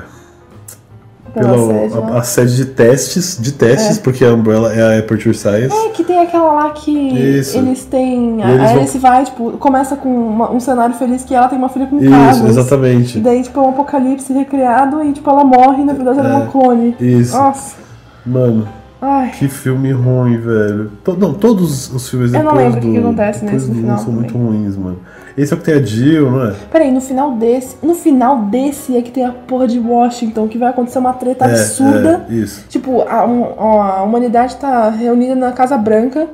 Speaker 1: Pela
Speaker 2: pela-
Speaker 1: sede,
Speaker 2: a,
Speaker 1: né?
Speaker 2: a sede de testes, de testes, porque a Umbrella é a Aperture Science.
Speaker 1: É, que tem aquela lá que
Speaker 2: Isso.
Speaker 1: eles têm.
Speaker 2: E eles
Speaker 1: a
Speaker 2: vão-
Speaker 1: Alice vai, tipo, começa com uma- um cenário feliz que ela tem uma filha com um
Speaker 2: Isso,
Speaker 1: cargos. E
Speaker 2: exatamente.
Speaker 1: daí, tipo, é um apocalipse recriado e, tipo, ela morre e na verdade ela é uma
Speaker 2: É.
Speaker 1: clone.
Speaker 2: Isso.
Speaker 1: Nossa.
Speaker 2: Mano,
Speaker 1: Ai.
Speaker 2: que filme ruim, velho. To- não, todos os filmes
Speaker 1: Eu não
Speaker 2: depois
Speaker 1: lembro o
Speaker 2: do,
Speaker 1: que acontece nesse
Speaker 2: depois
Speaker 1: no
Speaker 2: do-
Speaker 1: final
Speaker 2: são
Speaker 1: também.
Speaker 2: muito ruins, mano. Esse é o que tem a Jill, não é?
Speaker 1: Peraí, no final desse. No final desse é que tem a porra de Washington, que vai acontecer uma treta
Speaker 2: é,
Speaker 1: Tá absurda.
Speaker 2: É, isso.
Speaker 1: Tipo, a, um- a humanidade tá reunida na Casa Branca.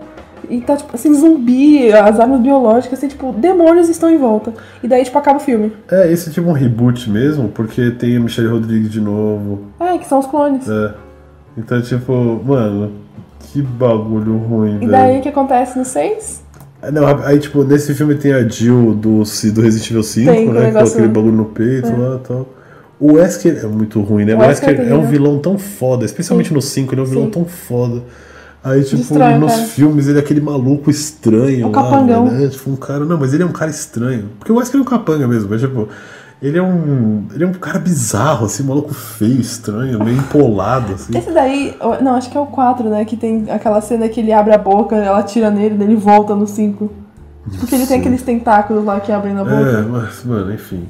Speaker 1: E tá, tipo, assim, zumbi, as armas biológicas, assim, tipo, demônios estão em volta. E daí, tipo, acaba o filme.
Speaker 2: É, esse é tipo um reboot mesmo, porque tem a Michelle Rodrigues de novo.
Speaker 1: É, que são os clones.
Speaker 2: É. Então, tipo, mano, que bagulho ruim,
Speaker 1: E
Speaker 2: velho.
Speaker 1: daí, o que acontece no 6?
Speaker 2: Ah, Não, aí, tipo, nesse filme tem a Jill do, C- do Resident Evil 5,
Speaker 1: Tem, com o
Speaker 2: né? Com
Speaker 1: negócio-
Speaker 2: aquele bagulho no peito lá e tal. O Wesker é muito ruim, né?
Speaker 1: O
Speaker 2: O
Speaker 1: Wesker
Speaker 2: Wesker,
Speaker 1: é
Speaker 2: é um
Speaker 1: terrível.
Speaker 2: vilão tão foda, especialmente
Speaker 1: Sim.
Speaker 2: no 5, ele é um vilão
Speaker 1: Sim.
Speaker 2: tão foda. Aí, tipo,
Speaker 1: Destrói,
Speaker 2: nos
Speaker 1: cara.
Speaker 2: filmes ele é aquele maluco estranho
Speaker 1: Um
Speaker 2: lá,
Speaker 1: capangão.
Speaker 2: né? Tipo, um cara. Não, mas ele é um cara estranho. Porque o Wesker é um capanga mesmo, mas, tipo. Ele é um. Ele é um cara bizarro, assim, maluco feio, estranho, meio empolado, assim.
Speaker 1: Esse daí, eu- não, acho que é o 4, né? Que tem aquela cena que ele abre a boca, ela tira nele, daí ele volta no 5. Porque ele tem
Speaker 2: Sim.
Speaker 1: aqueles tentáculos lá que abrem na boca.
Speaker 2: É, mas, mano, enfim.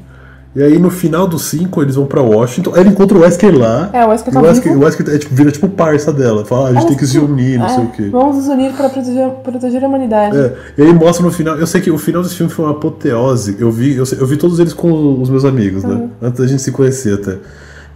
Speaker 2: E aí no final do 5 eles vão pra Washington, aí ele encontra o Wesker lá.
Speaker 1: É, o Wesker
Speaker 2: E
Speaker 1: tá
Speaker 2: o Wesker,
Speaker 1: vivo.
Speaker 2: o Wesker é, tipo, vira tipo parça dela. Fala, ah, a gente
Speaker 1: Ah,
Speaker 2: tem que se
Speaker 1: sim.
Speaker 2: unir, não
Speaker 1: É,
Speaker 2: sei o quê.
Speaker 1: Vamos nos unir para proteger, proteger a humanidade.
Speaker 2: É, e aí mostra no final. Eu sei que o final desse filme foi uma apoteose. Eu vi, eu, sei- eu vi todos eles com os meus amigos, né?
Speaker 1: Uhum.
Speaker 2: Antes da gente se conhecer até.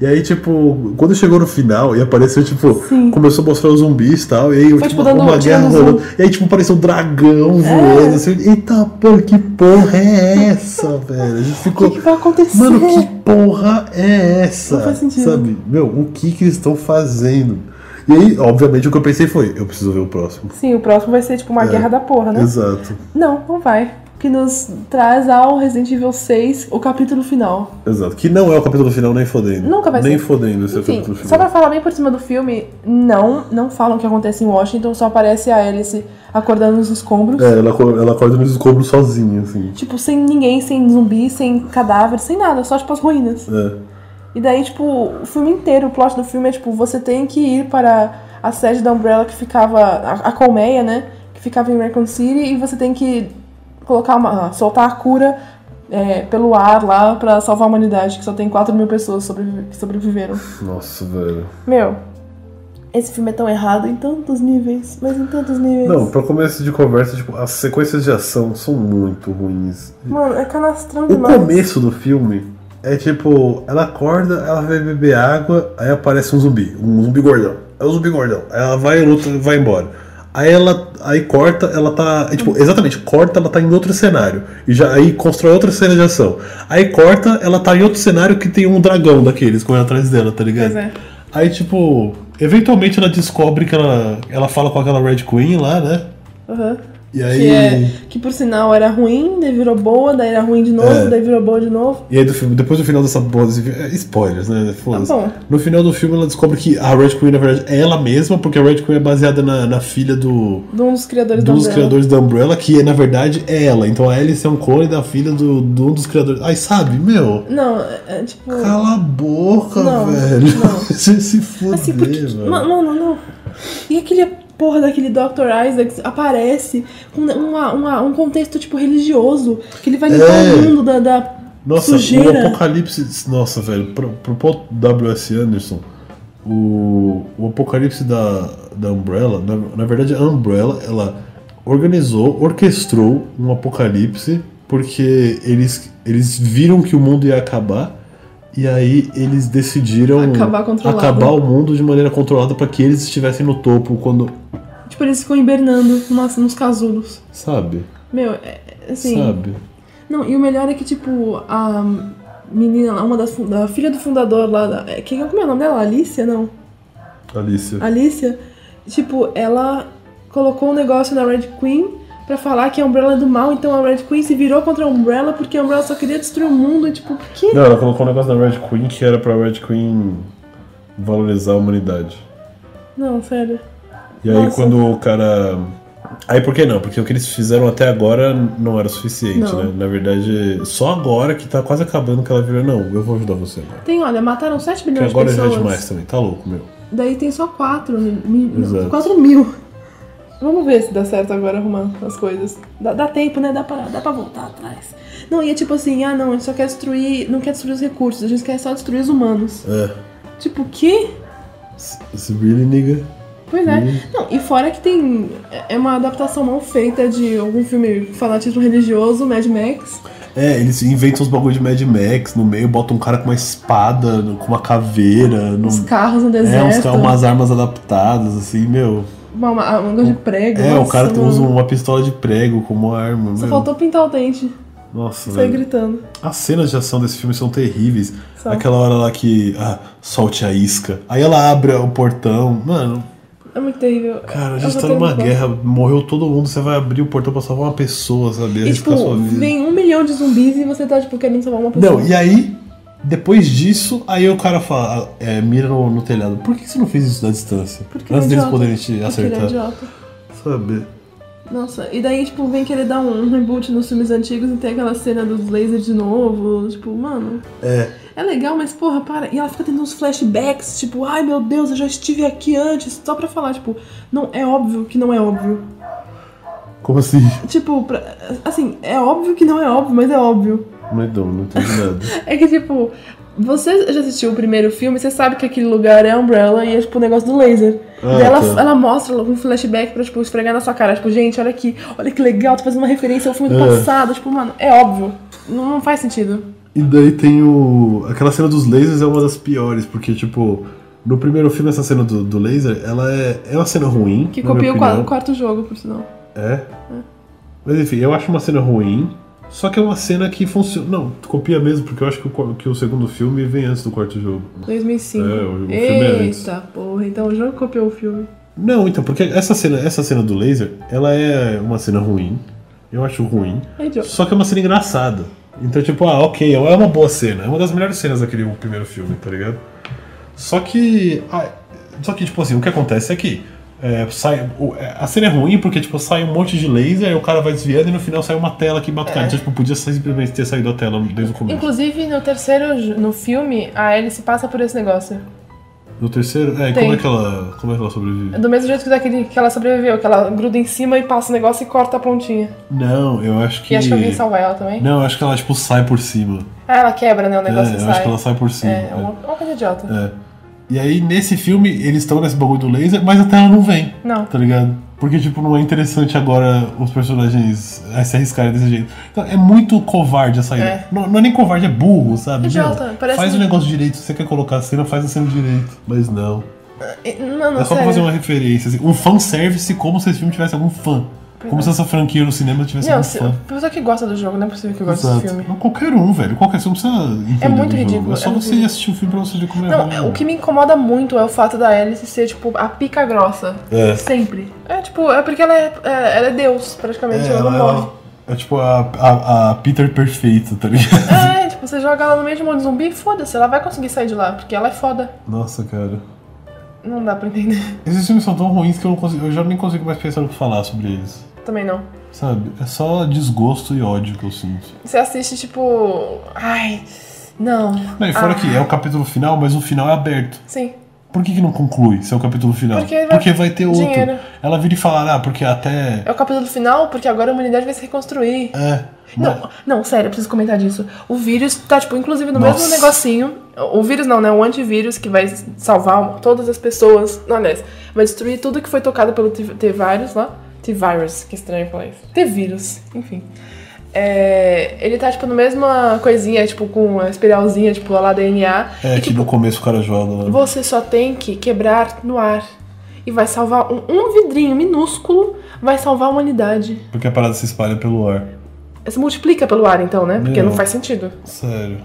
Speaker 2: E aí, tipo, quando chegou no final e apareceu, tipo,
Speaker 1: Sim.
Speaker 2: começou a mostrar os zumbis e tal. E aí, tipo,
Speaker 1: tipo, dando-
Speaker 2: uma guerra
Speaker 1: tirando
Speaker 2: rolando.
Speaker 1: zoom.
Speaker 2: E aí, tipo, apareceu um
Speaker 1: É.
Speaker 2: dragão voando. Assim, Eita, porra, que porra é essa, velho? A gente
Speaker 1: O
Speaker 2: ficou.
Speaker 1: que, que vai acontecer?
Speaker 2: Mano, que porra é essa?
Speaker 1: Não faz sentido.
Speaker 2: Sabe? Meu, o que que eles estão fazendo? E aí, obviamente, o que eu pensei foi, eu preciso ver o próximo.
Speaker 1: Sim, o próximo vai ser tipo
Speaker 2: É.
Speaker 1: uma guerra da porra, né?
Speaker 2: Exato,
Speaker 1: Não, não vai. Que nos traz ao Resident Evil 6, o capítulo final.
Speaker 2: exato. Que não é o capítulo final nem fodendo.
Speaker 1: Nunca vai
Speaker 2: Nem
Speaker 1: ser.
Speaker 2: fodendo esse é o
Speaker 1: Enfim,
Speaker 2: capítulo final.
Speaker 1: só pra falar bem por cima do filme, não, não falam o que acontece em Washington, só aparece a Alice acordando nos escombros.
Speaker 2: É, ela, aco- ela acorda nos escombros sozinha, assim.
Speaker 1: Tipo, sem ninguém, sem zumbi, sem cadáver, sem nada, só tipo as ruínas.
Speaker 2: É.
Speaker 1: E daí, tipo, o filme inteiro, o plot do filme é tipo, você tem que ir para a sede da Umbrella que ficava. A, a colmeia, né? Que ficava em Raccoon City, e você tem que colocar uma. ah, soltar a cura é, pelo ar lá pra salvar a humanidade, que só tem 4 mil pessoas sobrevive- que sobreviveram.
Speaker 2: Nossa, velho.
Speaker 1: Meu, esse filme é tão errado em tantos níveis, mas em tantos níveis.
Speaker 2: Não, pra começo de conversa, tipo, as sequências de ação são muito ruins.
Speaker 1: Mano, é canastrão
Speaker 2: O
Speaker 1: demais.
Speaker 2: começo do filme é tipo, ela acorda, ela vai beber água, aí aparece um zumbi, um zumbi gordão. É um zumbi gordão. Aí Ela vai luta, vai embora. Aí ela aí corta, ela tá, é, tipo, exatamente, corta, ela tá em outro cenário e já aí constrói outra cena de ação. Aí corta, ela tá em outro cenário que tem um dragão daqueles correndo atrás dela, tá ligado?
Speaker 1: Pois é.
Speaker 2: Aí tipo, eventualmente ela descobre que ela ela fala com aquela Red Queen lá, né?
Speaker 1: Aham.
Speaker 2: E
Speaker 1: Que,
Speaker 2: aí
Speaker 1: é, que por sinal era ruim, daí virou boa, daí era ruim de novo,
Speaker 2: É.
Speaker 1: daí virou boa de novo.
Speaker 2: E aí, do filme, depois do final dessa porra desse filme. é, Spoilers, né? Foda-se.
Speaker 1: Tá bom.
Speaker 2: no final do filme, ela descobre que a Red Queen, na verdade, é ela mesma, porque a Red Queen é baseada na, na filha do.
Speaker 1: De um dos criadores
Speaker 2: De um dos
Speaker 1: da Umbrella.
Speaker 2: criadores da Umbrella, que é, na verdade é ela. Então a Alice é um clone da filha do, de um dos criadores. Ai, sabe, meu?
Speaker 1: Não, é, é, tipo.
Speaker 2: Cala a boca,
Speaker 1: Não,
Speaker 2: velho.
Speaker 1: não.
Speaker 2: Você se fuder,
Speaker 1: assim, porque.
Speaker 2: velho.
Speaker 1: Mano, mano, não. E aquele porra daquele Dr. Isaacs aparece com uma- uma- um contexto tipo religioso, que ele vai limpar
Speaker 2: É.
Speaker 1: o mundo da, da
Speaker 2: Nossa,
Speaker 1: sujeira.
Speaker 2: o Apocalipse. Nossa, velho, pro, pro Paul W.S. Anderson, o, o Apocalipse da, da Umbrella, na, na verdade a Umbrella, ela organizou, orquestrou um apocalipse, porque eles, eles viram que o mundo ia acabar E aí eles decidiram
Speaker 1: Acabar controlado.
Speaker 2: acabar o mundo de maneira controlada pra que eles estivessem no topo quando.
Speaker 1: Tipo, eles ficam hibernando umas, nos casulos.
Speaker 2: Sabe?
Speaker 1: Meu, é, assim.
Speaker 2: Sabe?
Speaker 1: Não, e o melhor é que, tipo, a menina lá, uma das. fun- da filha do fundador lá. Da, é, que, como é o nome dela? Alicia? Não.
Speaker 2: Alicia.
Speaker 1: Alicia. Tipo, ela colocou um negócio na Red Queen pra falar que a Umbrella é do mal, então a Red Queen se virou contra a Umbrella porque a Umbrella só queria destruir o mundo. E, tipo, por quê?
Speaker 2: Não, ela colocou um negócio na Red Queen que era pra Red Queen valorizar a humanidade.
Speaker 1: Não, sério.
Speaker 2: E aí
Speaker 1: Nossa.
Speaker 2: quando o cara. Aí por que não? Porque o que eles fizeram até agora não era o suficiente,
Speaker 1: Não.
Speaker 2: né? Na verdade, só agora que tá quase acabando que ela virou, não, eu vou ajudar você agora.
Speaker 1: Tem, olha, mataram 7
Speaker 2: Porque
Speaker 1: milhões de
Speaker 2: agora já é
Speaker 1: pessoas.
Speaker 2: demais também, tá louco, meu.
Speaker 1: Daí tem só 4 mil.
Speaker 2: Exato.
Speaker 1: 4 mil. Vamos ver se dá certo agora arrumar as coisas. Dá, dá tempo, né? Dá pra, dá pra voltar atrás. Não, e é tipo assim, ah não, a gente só quer destruir. Não quer destruir os recursos, a gente quer só destruir os humanos.
Speaker 2: É.
Speaker 1: Tipo, o quê?
Speaker 2: It's really nigga.
Speaker 1: Pois é.
Speaker 2: Hum.
Speaker 1: Não, e fora que tem. É uma adaptação mal feita de algum filme fanatismo religioso, Mad Max.
Speaker 2: É, eles inventam os bagulhos de Mad Max no meio, botam um cara com uma espada, no- com uma caveira, no.
Speaker 1: Os carros no
Speaker 2: É, uns
Speaker 1: deserto.
Speaker 2: caras, umas armas adaptadas, assim, meu.
Speaker 1: uma, uma manga de prego.
Speaker 2: É, o
Speaker 1: nossa,
Speaker 2: cara
Speaker 1: mano.
Speaker 2: usa uma pistola de prego como arma.
Speaker 1: Só
Speaker 2: meu.
Speaker 1: faltou pintar o dente.
Speaker 2: Hum. Nossa,
Speaker 1: Sai
Speaker 2: velho.
Speaker 1: gritando.
Speaker 2: As cenas de ação desse filme são terríveis.
Speaker 1: Só.
Speaker 2: Aquela hora lá que ah, solte a isca. Aí ela abre o portão. Mano,
Speaker 1: É muito terrível.
Speaker 2: cara, a
Speaker 1: Eu
Speaker 2: gente
Speaker 1: só
Speaker 2: tá
Speaker 1: tenho
Speaker 2: numa
Speaker 1: um ponto.
Speaker 2: guerra. Morreu todo mundo, você vai abrir o portão pra salvar uma pessoa, sabe?
Speaker 1: E,
Speaker 2: Arriscar
Speaker 1: tipo,
Speaker 2: sua vida.
Speaker 1: vem um milhão de zumbis e você tá, tipo, querendo salvar uma pessoa.
Speaker 2: Não, e aí, depois disso, aí o cara fala, ah, é, mira no, no telhado. Por que você não fez isso da distância?
Speaker 1: Porque ele é
Speaker 2: Antes deles
Speaker 1: idiota.
Speaker 2: poderem te
Speaker 1: Porque ele é
Speaker 2: acertar.
Speaker 1: idiota.
Speaker 2: Sabe?
Speaker 1: Nossa, e daí, tipo, vem querer dar um reboot nos filmes antigos e tem aquela cena dos lasers de novo. Tipo, mano.
Speaker 2: É.
Speaker 1: É legal, mas porra, para. E ela fica tendo uns flashbacks, tipo, ai meu Deus, eu já estive aqui antes, só pra falar, tipo, não, é óbvio que não é óbvio.
Speaker 2: Como assim?
Speaker 1: Tipo, pra- assim, é óbvio que não é óbvio, mas é óbvio.
Speaker 2: Não, não, não entendi nada.
Speaker 1: É que, tipo, você já assistiu o primeiro filme, você sabe que aquele lugar é a Umbrella e é, tipo, o negócio do laser.
Speaker 2: Ah,
Speaker 1: Daí ela,
Speaker 2: tá.
Speaker 1: ela mostra um flashback pra, tipo, esfregar na sua cara. Tipo, gente, olha aqui, olha que legal, tô fazendo uma referência ao filme do
Speaker 2: É.
Speaker 1: passado. Tipo, mano, é óbvio. Não, não faz sentido.
Speaker 2: E daí tem o. Aquela cena dos lasers é uma das piores, porque, tipo, no primeiro filme, essa cena do, do laser, ela é, é uma cena ruim.
Speaker 1: Que
Speaker 2: na minha
Speaker 1: copia o qua-
Speaker 2: opinião.
Speaker 1: o quarto jogo, por sinal.
Speaker 2: É. Mas enfim, eu acho uma cena ruim. Só que é uma cena que funciona. Não, copia mesmo, porque eu acho que o, qu- que o segundo filme vem antes do quarto jogo.
Speaker 1: 2005.
Speaker 2: É, o- o filme é antes.
Speaker 1: Eita porra, então o jogo copiou o filme.
Speaker 2: Não, então, porque essa cena, essa cena do laser, ela é uma cena ruim. Eu acho ruim.
Speaker 1: É idiota.
Speaker 2: Só que é uma cena engraçada. Então, tipo, ah, ok, é uma boa cena. É uma das melhores cenas daquele primeiro filme, tá ligado? Só que. ah, só que, tipo assim, o que acontece é que. é, sai, o- é, a cena é ruim porque, tipo, sai um monte de laser, aí o cara vai desviando e no final sai uma tela que bate o
Speaker 1: É.
Speaker 2: cara. Então, tipo, podia simplesmente ter saído a tela desde o começo.
Speaker 1: Inclusive, no terceiro, ju- no filme, a Ellie se passa por esse negócio.
Speaker 2: No terceiro, é, e
Speaker 1: Tem.
Speaker 2: como é que ela. Como é que ela sobrevive?
Speaker 1: Do mesmo jeito que daquele que ela sobreviveu, que ela gruda em cima e passa o negócio e corta a pontinha.
Speaker 2: Não, eu acho que.
Speaker 1: E acho que é alguém salva ela também.
Speaker 2: Não, eu acho que ela, tipo, sai por cima.
Speaker 1: Ah, ela quebra, né? O negócio
Speaker 2: é,
Speaker 1: que
Speaker 2: eu acho
Speaker 1: sai.
Speaker 2: que ela sai por cima.
Speaker 1: É, é uma, uma coisa idiota.
Speaker 2: É. E aí, nesse filme, eles estão nesse bagulho do laser, mas a tela não vem,
Speaker 1: Não.
Speaker 2: tá ligado? Porque, tipo, não é interessante agora os personagens eh, se arriscarem desse jeito. Então, é muito covarde a saída.
Speaker 1: É.
Speaker 2: Não, não é nem covarde, é burro, sabe?
Speaker 1: Idiota,
Speaker 2: Meu,
Speaker 1: parece
Speaker 2: Faz
Speaker 1: um-
Speaker 2: o negócio direito. Se você quer colocar a cena, faz a cena direito. Mas não.
Speaker 1: E- Não, não,
Speaker 2: é só pra
Speaker 1: sério.
Speaker 2: fazer uma referência. Assim, um fanservice como se esse filme tivesse algum fã.
Speaker 1: Pois
Speaker 2: Como
Speaker 1: é.
Speaker 2: se essa franquia no cinema tivesse
Speaker 1: Não,
Speaker 2: algum
Speaker 1: se,
Speaker 2: fã.
Speaker 1: pessoa que gosta do jogo, não é possível que eu goste desse
Speaker 2: né? Exato.
Speaker 1: filme.
Speaker 2: Não, qualquer um, velho. Qualquer você não precisa entender
Speaker 1: muito
Speaker 2: do jogo.
Speaker 1: ridículo,
Speaker 2: É só
Speaker 1: é muito
Speaker 2: você
Speaker 1: ridículo.
Speaker 2: assistir o filme pra você ver como é
Speaker 1: Não,
Speaker 2: ruim.
Speaker 1: o que me incomoda muito é o fato da Alice ser, tipo, a pica grossa.
Speaker 2: É.
Speaker 1: Sempre. É, tipo, é porque ela é, é- ela é Deus, praticamente.
Speaker 2: É,
Speaker 1: ela não
Speaker 2: ela,
Speaker 1: morre.
Speaker 2: é é tipo a, a, a Peter perfeita, tá ligado?
Speaker 1: É, tipo, você joga ela no meio de um monte de zumbi e foda-se, ela vai conseguir sair de lá, porque ela é foda.
Speaker 2: Nossa, cara.
Speaker 1: Não dá pra entender.
Speaker 2: Esses filmes são tão ruins que eu, não consigo, eu já nem consigo mais pensar no que falar sobre eles.
Speaker 1: Também não.
Speaker 2: Sabe? É só desgosto e ódio que eu sinto.
Speaker 1: Você assiste, tipo. Ai. Não.
Speaker 2: Não, e fora
Speaker 1: Ah,
Speaker 2: que é o capítulo final, mas o final é aberto.
Speaker 1: Sim.
Speaker 2: Por que, que não conclui se é o capítulo final?
Speaker 1: Porque vai-
Speaker 2: vai ter outro.
Speaker 1: dinheiro.
Speaker 2: Ela vira e fala, ah, porque até.
Speaker 1: É o capítulo final, porque agora a humanidade vai se reconstruir.
Speaker 2: É.
Speaker 1: Não, não, sério, eu preciso comentar disso. O vírus tá, tipo, inclusive no
Speaker 2: Nossa.
Speaker 1: mesmo negocinho. O vírus não, né? O antivírus que vai salvar todas as pessoas. Não, aliás, vai destruir tudo que foi tocado pelo T- T-Virus lá. T-Virus, que estranho falar isso. T-Vírus, enfim. é, ele tá, tipo, na mesma coisinha, tipo, com a espiralzinha, tipo, lá DNA.
Speaker 2: É,
Speaker 1: e, tipo,
Speaker 2: que no começo o cara joga. né?
Speaker 1: Você só tem que quebrar no ar. E vai salvar um, um vidrinho minúsculo, vai salvar a humanidade.
Speaker 2: Porque a parada se espalha pelo ar.
Speaker 1: Se multiplica pelo ar, então, né? Porque não,
Speaker 2: Não.
Speaker 1: faz sentido.
Speaker 2: Sério.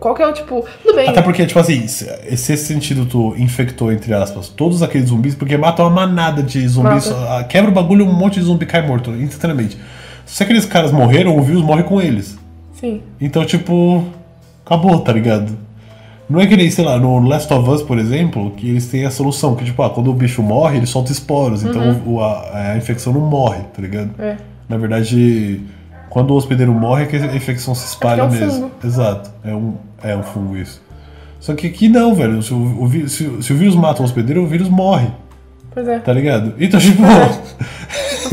Speaker 1: Qual que é o tipo. Tudo bem.
Speaker 2: Até porque, tipo assim, se se esse sentido tu infectou, entre aspas, todos aqueles zumbis, porque mata uma manada de zumbis, ah, quebra o bagulho, um monte de zumbi cai morto, instantaneamente. Se aqueles caras morreram, o vírus morre com eles.
Speaker 1: Sim.
Speaker 2: Então, tipo, acabou, tá ligado? Não é que nem, sei lá, no Last of Us, por exemplo, que eles têm a solução, que tipo, ah, quando o bicho morre, ele solta esporos, então o- a, a infecção não morre, tá ligado?
Speaker 1: É.
Speaker 2: Na verdade, quando o hospedeiro morre, é que a infecção se espalha
Speaker 1: É porque é um
Speaker 2: mesmo. Exato, é um, é um fungo isso. Só que aqui não, velho, se o, o vi- se o- se o vírus mata o hospedeiro, o vírus morre,
Speaker 1: Pois é.
Speaker 2: tá ligado? Então, tipo,
Speaker 1: Não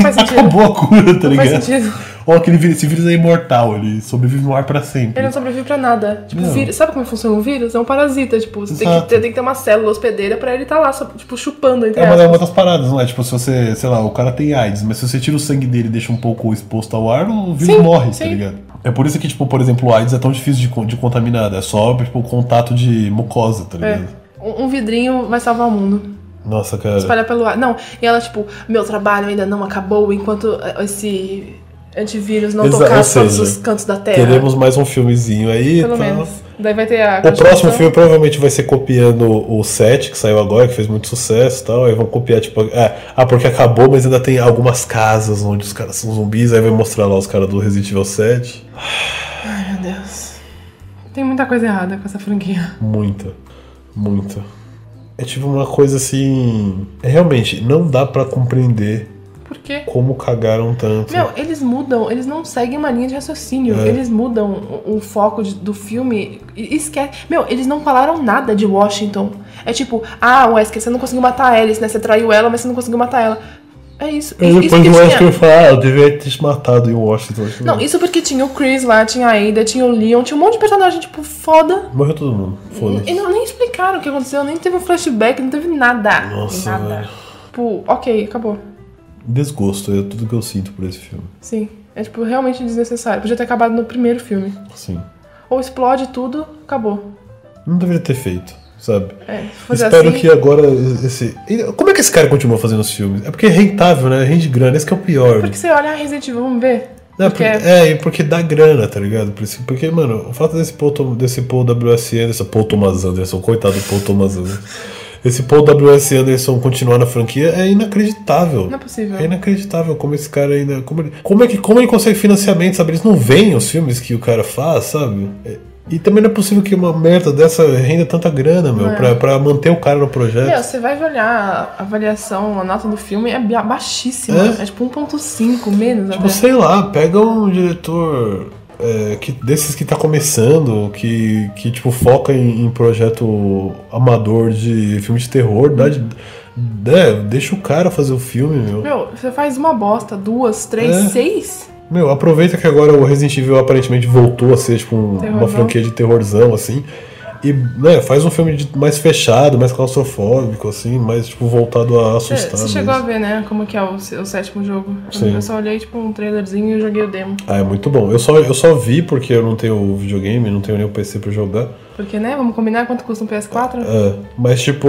Speaker 1: faz sentido.
Speaker 2: acabou a cura, tá
Speaker 1: não faz
Speaker 2: ligado?
Speaker 1: sentido.
Speaker 2: Ou aquele vírus, esse vírus é imortal, ele sobrevive no ar pra sempre.
Speaker 1: Ele não sobrevive pra nada. Tipo,
Speaker 2: Não.
Speaker 1: vírus, sabe como funciona um vírus? É um parasita, tipo, você tem que,
Speaker 2: Exato.
Speaker 1: ter, tem que ter uma célula hospedeira pra ele estar tá lá, só, tipo, chupando, entre
Speaker 2: É, mas é uma
Speaker 1: aspas.
Speaker 2: das paradas, não é? Tipo, se você, sei lá, o cara tem AIDS, mas se você tira o sangue dele e deixa um pouco exposto ao ar, o vírus
Speaker 1: Sim,
Speaker 2: morre,
Speaker 1: sim.
Speaker 2: tá ligado? É por isso que, tipo, por exemplo, o AIDS é tão difícil de, con- de contaminar, é só, tipo, o contato de mucosa, tá ligado?
Speaker 1: É. Um um vidrinho vai salvar o mundo.
Speaker 2: Nossa, cara.
Speaker 1: Espalhar pelo ar. Não, e ela, tipo, meu trabalho ainda não acabou enquanto eh, esse antivírus não
Speaker 2: Exa-
Speaker 1: tocar
Speaker 2: ou
Speaker 1: todos
Speaker 2: seja,
Speaker 1: os cantos da Terra.
Speaker 2: Teremos mais um filmezinho aí.
Speaker 1: né? Pelo
Speaker 2: tá?
Speaker 1: menos. Daí vai ter a.
Speaker 2: O próximo
Speaker 1: continuação.
Speaker 2: filme provavelmente vai ser copiando o 7, que saiu agora, que fez muito sucesso e tal. Aí vão copiar, tipo, é, ah, porque acabou, mas ainda tem algumas casas onde os caras são zumbis, aí vai mostrar lá os caras do Resident Evil 7.
Speaker 1: Ai, meu Deus. Tem muita coisa errada com essa franquia.
Speaker 2: Muita. Muita. É tipo uma coisa assim. é Realmente, não dá pra compreender
Speaker 1: Por quê?
Speaker 2: como cagaram tanto.
Speaker 1: Meu, eles mudam, eles não seguem uma linha de raciocínio.
Speaker 2: É.
Speaker 1: Eles mudam o, o foco de- do filme e esquece. Meu, eles não falaram nada de Washington. É tipo, ah, Wesker, você não conseguiu matar a Alice, né? Você traiu ela, mas você não conseguiu matar ela. É isso.
Speaker 2: Aí
Speaker 1: Isso- isso
Speaker 2: depois
Speaker 1: que
Speaker 2: o
Speaker 1: tinha.
Speaker 2: Oscar fala, ah, eu devia ter te matado em Washington.
Speaker 1: Não, isso porque tinha o Chris lá, tinha a Ada, tinha o Leon, tinha um monte de personagem, tipo, foda.
Speaker 2: Morreu todo mundo. Foda-se.
Speaker 1: E não, nem explicaram o que aconteceu, nem teve um flashback, não teve nada.
Speaker 2: Nossa,
Speaker 1: nada.
Speaker 2: velho.
Speaker 1: Tipo, ok, acabou.
Speaker 2: Desgosto, é tudo que eu sinto por esse filme.
Speaker 1: Sim. É tipo realmente desnecessário. Podia ter acabado no primeiro filme.
Speaker 2: Assim.
Speaker 1: Ou explode tudo, acabou.
Speaker 2: Não deveria ter feito, sabe?
Speaker 1: É, se fazer
Speaker 2: Espero
Speaker 1: assim.
Speaker 2: que agora esse. e Como é que esse cara continua fazendo os filmes? É porque é rentável, né? Rende grana, esse que é o pior.
Speaker 1: Porque você olha a Resident Evil, vamos ver.
Speaker 2: Não,
Speaker 1: Porque-
Speaker 2: porque, é, e porque dá grana, tá ligado? Por isso- Porque, mano, o fato desse Paul, Tom- desse Paul W.S. Anderson, Paul Thomas Anderson, coitado do Paul Thomas Anderson, esse Paul W.S. Anderson continuar na franquia é inacreditável.
Speaker 1: Não é possível.
Speaker 2: É inacreditável como esse cara ainda. Como ele, como é que, como ele consegue financiamento, sabe? Eles não veem os filmes que o cara faz, sabe? É, E também não é possível que uma merda dessa renda tanta grana, meu,
Speaker 1: Não é.
Speaker 2: pra, pra manter o cara no projeto.
Speaker 1: Meu, você vai olhar a avaliação, a nota do filme é ba- baixíssima. É,
Speaker 2: É?
Speaker 1: tipo 1.5 menos
Speaker 2: Tipo,
Speaker 1: até.
Speaker 2: sei lá, pega um diretor é, que, desses que tá começando, que, que tipo, foca em, em projeto amador de filme de terror, dá de, né, deixa o cara fazer o filme, meu.
Speaker 1: Meu, você faz uma bosta, duas, três,
Speaker 2: É.
Speaker 1: seis?
Speaker 2: Meu, aproveita que agora o Resident Evil aparentemente voltou a ser tipo, um- uma
Speaker 1: Terrorzão.
Speaker 2: franquia de terrorzão, assim. E né, faz um filme de- mais fechado, mais claustrofóbico, assim, mais tipo, voltado a
Speaker 1: É, Você,
Speaker 2: assustar.
Speaker 1: você chegou a
Speaker 2: mesmo.
Speaker 1: ver, né, como que é o, se- o sétimo jogo.
Speaker 2: Sim.
Speaker 1: Eu só olhei, tipo, um trailerzinho e joguei o demo.
Speaker 2: Ah, é muito bom. Eu só, eu só vi porque eu não tenho videogame, não tenho nem o PC pra jogar.
Speaker 1: Porque, né, vamos combinar quanto custa um PS4?
Speaker 2: É, mas tipo,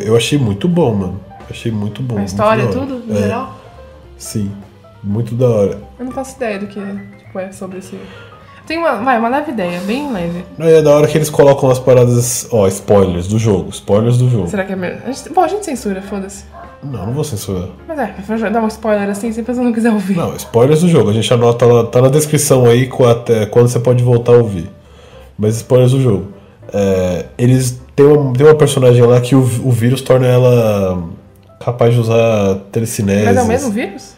Speaker 2: eu achei muito bom, mano. Achei muito bom.
Speaker 1: a história,
Speaker 2: muito da hora.
Speaker 1: tudo, no
Speaker 2: É,
Speaker 1: geral?
Speaker 2: Sim, muito da hora.
Speaker 1: Eu não faço ideia do que tipo, é sobre esse. Tem uma, vai, uma leve ideia, bem leve.
Speaker 2: Não, e é da hora que eles colocam as paradas. Ó, spoilers do jogo, spoilers do jogo.
Speaker 1: Será que é mesmo? A gente- bom, a gente censura, foda-se.
Speaker 2: Não, não vou censurar.
Speaker 1: Mas é, vou dar um spoiler assim, se a pessoa não quiser ouvir.
Speaker 2: Não, spoilers do jogo. A gente anota lá, tá na descrição aí com até quando você pode voltar a ouvir. Mas spoilers do jogo. É, eles tem uma, tem uma personagem lá que o, o vírus torna ela capaz de usar telecinese.
Speaker 1: Mas é o mesmo vírus?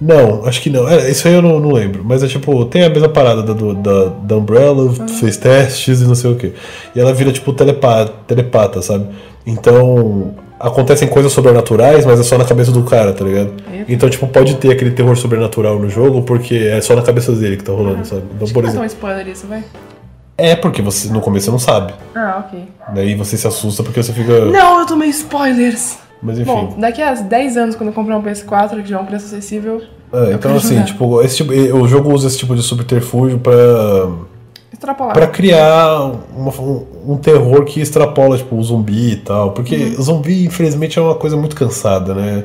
Speaker 2: Não, acho que não. É, isso aí eu não, não lembro. Mas é tipo, tem a mesma parada da, do- da, da Umbrella,
Speaker 1: Ah.
Speaker 2: fez testes e não sei o que. E ela vira, tipo, telepa, telepata, sabe? Então, acontecem coisas sobrenaturais, mas é só na cabeça do cara, tá ligado?
Speaker 1: Eita.
Speaker 2: Então, tipo, pode ter aquele terror sobrenatural no jogo, porque é só na cabeça dele que tá rolando, sabe? Então,
Speaker 1: Acho que
Speaker 2: por
Speaker 1: não é
Speaker 2: exemplo.
Speaker 1: um spoiler isso, vai.
Speaker 2: É porque você no começo você não sabe.
Speaker 1: Ah, ok.
Speaker 2: Daí você se assusta porque você fica.
Speaker 1: Não, eu tomei spoilers!
Speaker 2: Mas enfim.
Speaker 1: Bom, daqui a 10 anos, quando eu comprar um PS4, que já é um preço acessível,
Speaker 2: É, então, assim, tipo, esse tipo, o jogo usa esse tipo de subterfúgio pra,
Speaker 1: Extrapolar.
Speaker 2: pra criar uma- um, um terror que extrapola, tipo, o zumbi e tal. Porque
Speaker 1: Uhum.
Speaker 2: zumbi, infelizmente, é uma coisa muito cansada, né?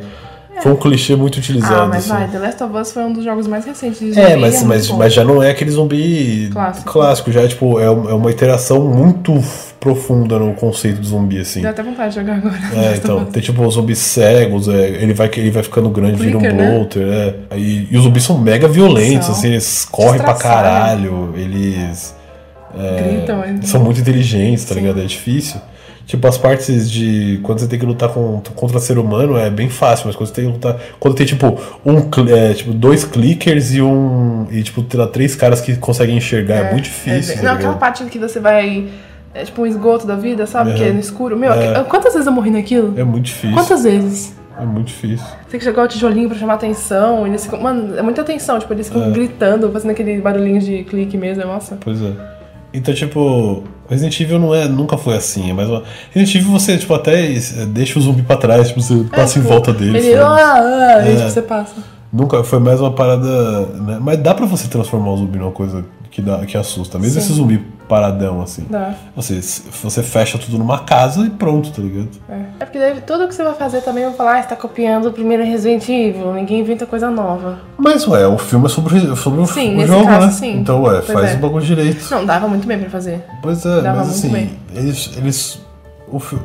Speaker 2: Foi um clichê muito utilizado.
Speaker 1: É. Ah, mas
Speaker 2: assim.
Speaker 1: vai, The Last of Us foi um dos jogos mais recentes de zumbi,
Speaker 2: É, mas,
Speaker 1: muito
Speaker 2: mas,
Speaker 1: bom.
Speaker 2: mas já não é aquele zumbi
Speaker 1: Clássico.
Speaker 2: clássico, já é, tipo, é uma, é uma interação muito f- profunda no conceito do zumbi, assim.
Speaker 1: Deu até vontade de jogar agora. The
Speaker 2: É,
Speaker 1: Last of
Speaker 2: então,
Speaker 1: Us.
Speaker 2: tem tipo os zumbis cegos, é, ele, vai, ele vai ficando grande, vira
Speaker 1: Clicker,
Speaker 2: um
Speaker 1: né?
Speaker 2: bloater, é. Aí, e os zumbis são mega violentos,
Speaker 1: São.
Speaker 2: assim, eles correm pra
Speaker 1: Desgraçados.
Speaker 2: caralho, eles é,
Speaker 1: Gritam, eles-
Speaker 2: são muito inteligentes, tá
Speaker 1: Sim.
Speaker 2: ligado? É difícil. Tipo, as partes de. Quando você tem que lutar com, contra ser humano é bem fácil, mas quando você tem que lutar. Quando tem, tipo, um, cl- é, tipo dois clickers e um. E, tipo, sei lá, três caras que conseguem enxergar, é, muito difícil.
Speaker 1: É,
Speaker 2: tá
Speaker 1: não,
Speaker 2: ligado?
Speaker 1: aquela parte que você vai. É tipo um esgoto da vida, sabe? Que é no escuro. Meu,
Speaker 2: É.
Speaker 1: quantas vezes eu morri naquilo?
Speaker 2: É muito difícil.
Speaker 1: Quantas vezes?
Speaker 2: É muito difícil.
Speaker 1: Tem que jogar o tijolinho pra chamar atenção. Eles ficam. Mano, é muita atenção. Tipo, eles
Speaker 2: É.
Speaker 1: ficam gritando, fazendo aquele barulhinho de clique mesmo. Nossa.
Speaker 2: Pois é. Então, tipo, Resident Evil não é, nunca foi assim, mas ó, Resident Evil você, tipo, até eh, deixa o zumbi pra trás, tipo, você passa em
Speaker 1: tipo,
Speaker 2: volta dele.
Speaker 1: Ele.
Speaker 2: foda-se.
Speaker 1: Ah, ah, e,
Speaker 2: É.
Speaker 1: tipo, você passa.
Speaker 2: Nunca, foi mais uma parada. né? Mas dá pra você transformar o zumbi numa coisa que, dá, que assusta, mesmo
Speaker 1: Sim.
Speaker 2: esse zumbi paradão, assim.
Speaker 1: Dá.
Speaker 2: Você, você fecha tudo numa casa e pronto, tá ligado?
Speaker 1: É. É porque daí tudo que você vai fazer também vai falar, ah, você tá copiando o primeiro Resident Evil. Ninguém inventa coisa nova.
Speaker 2: Mas, ué, o filme é sobre, sobre o-
Speaker 1: Sim,
Speaker 2: o
Speaker 1: nesse
Speaker 2: jogo,
Speaker 1: caso,
Speaker 2: né?
Speaker 1: sim.
Speaker 2: Então, ué,
Speaker 1: Pois
Speaker 2: faz
Speaker 1: é.
Speaker 2: o bagulho direito.
Speaker 1: Não, dava muito bem pra fazer.
Speaker 2: Pois é,
Speaker 1: Dava
Speaker 2: mas
Speaker 1: muito bem.
Speaker 2: assim, eles. eles o, fi-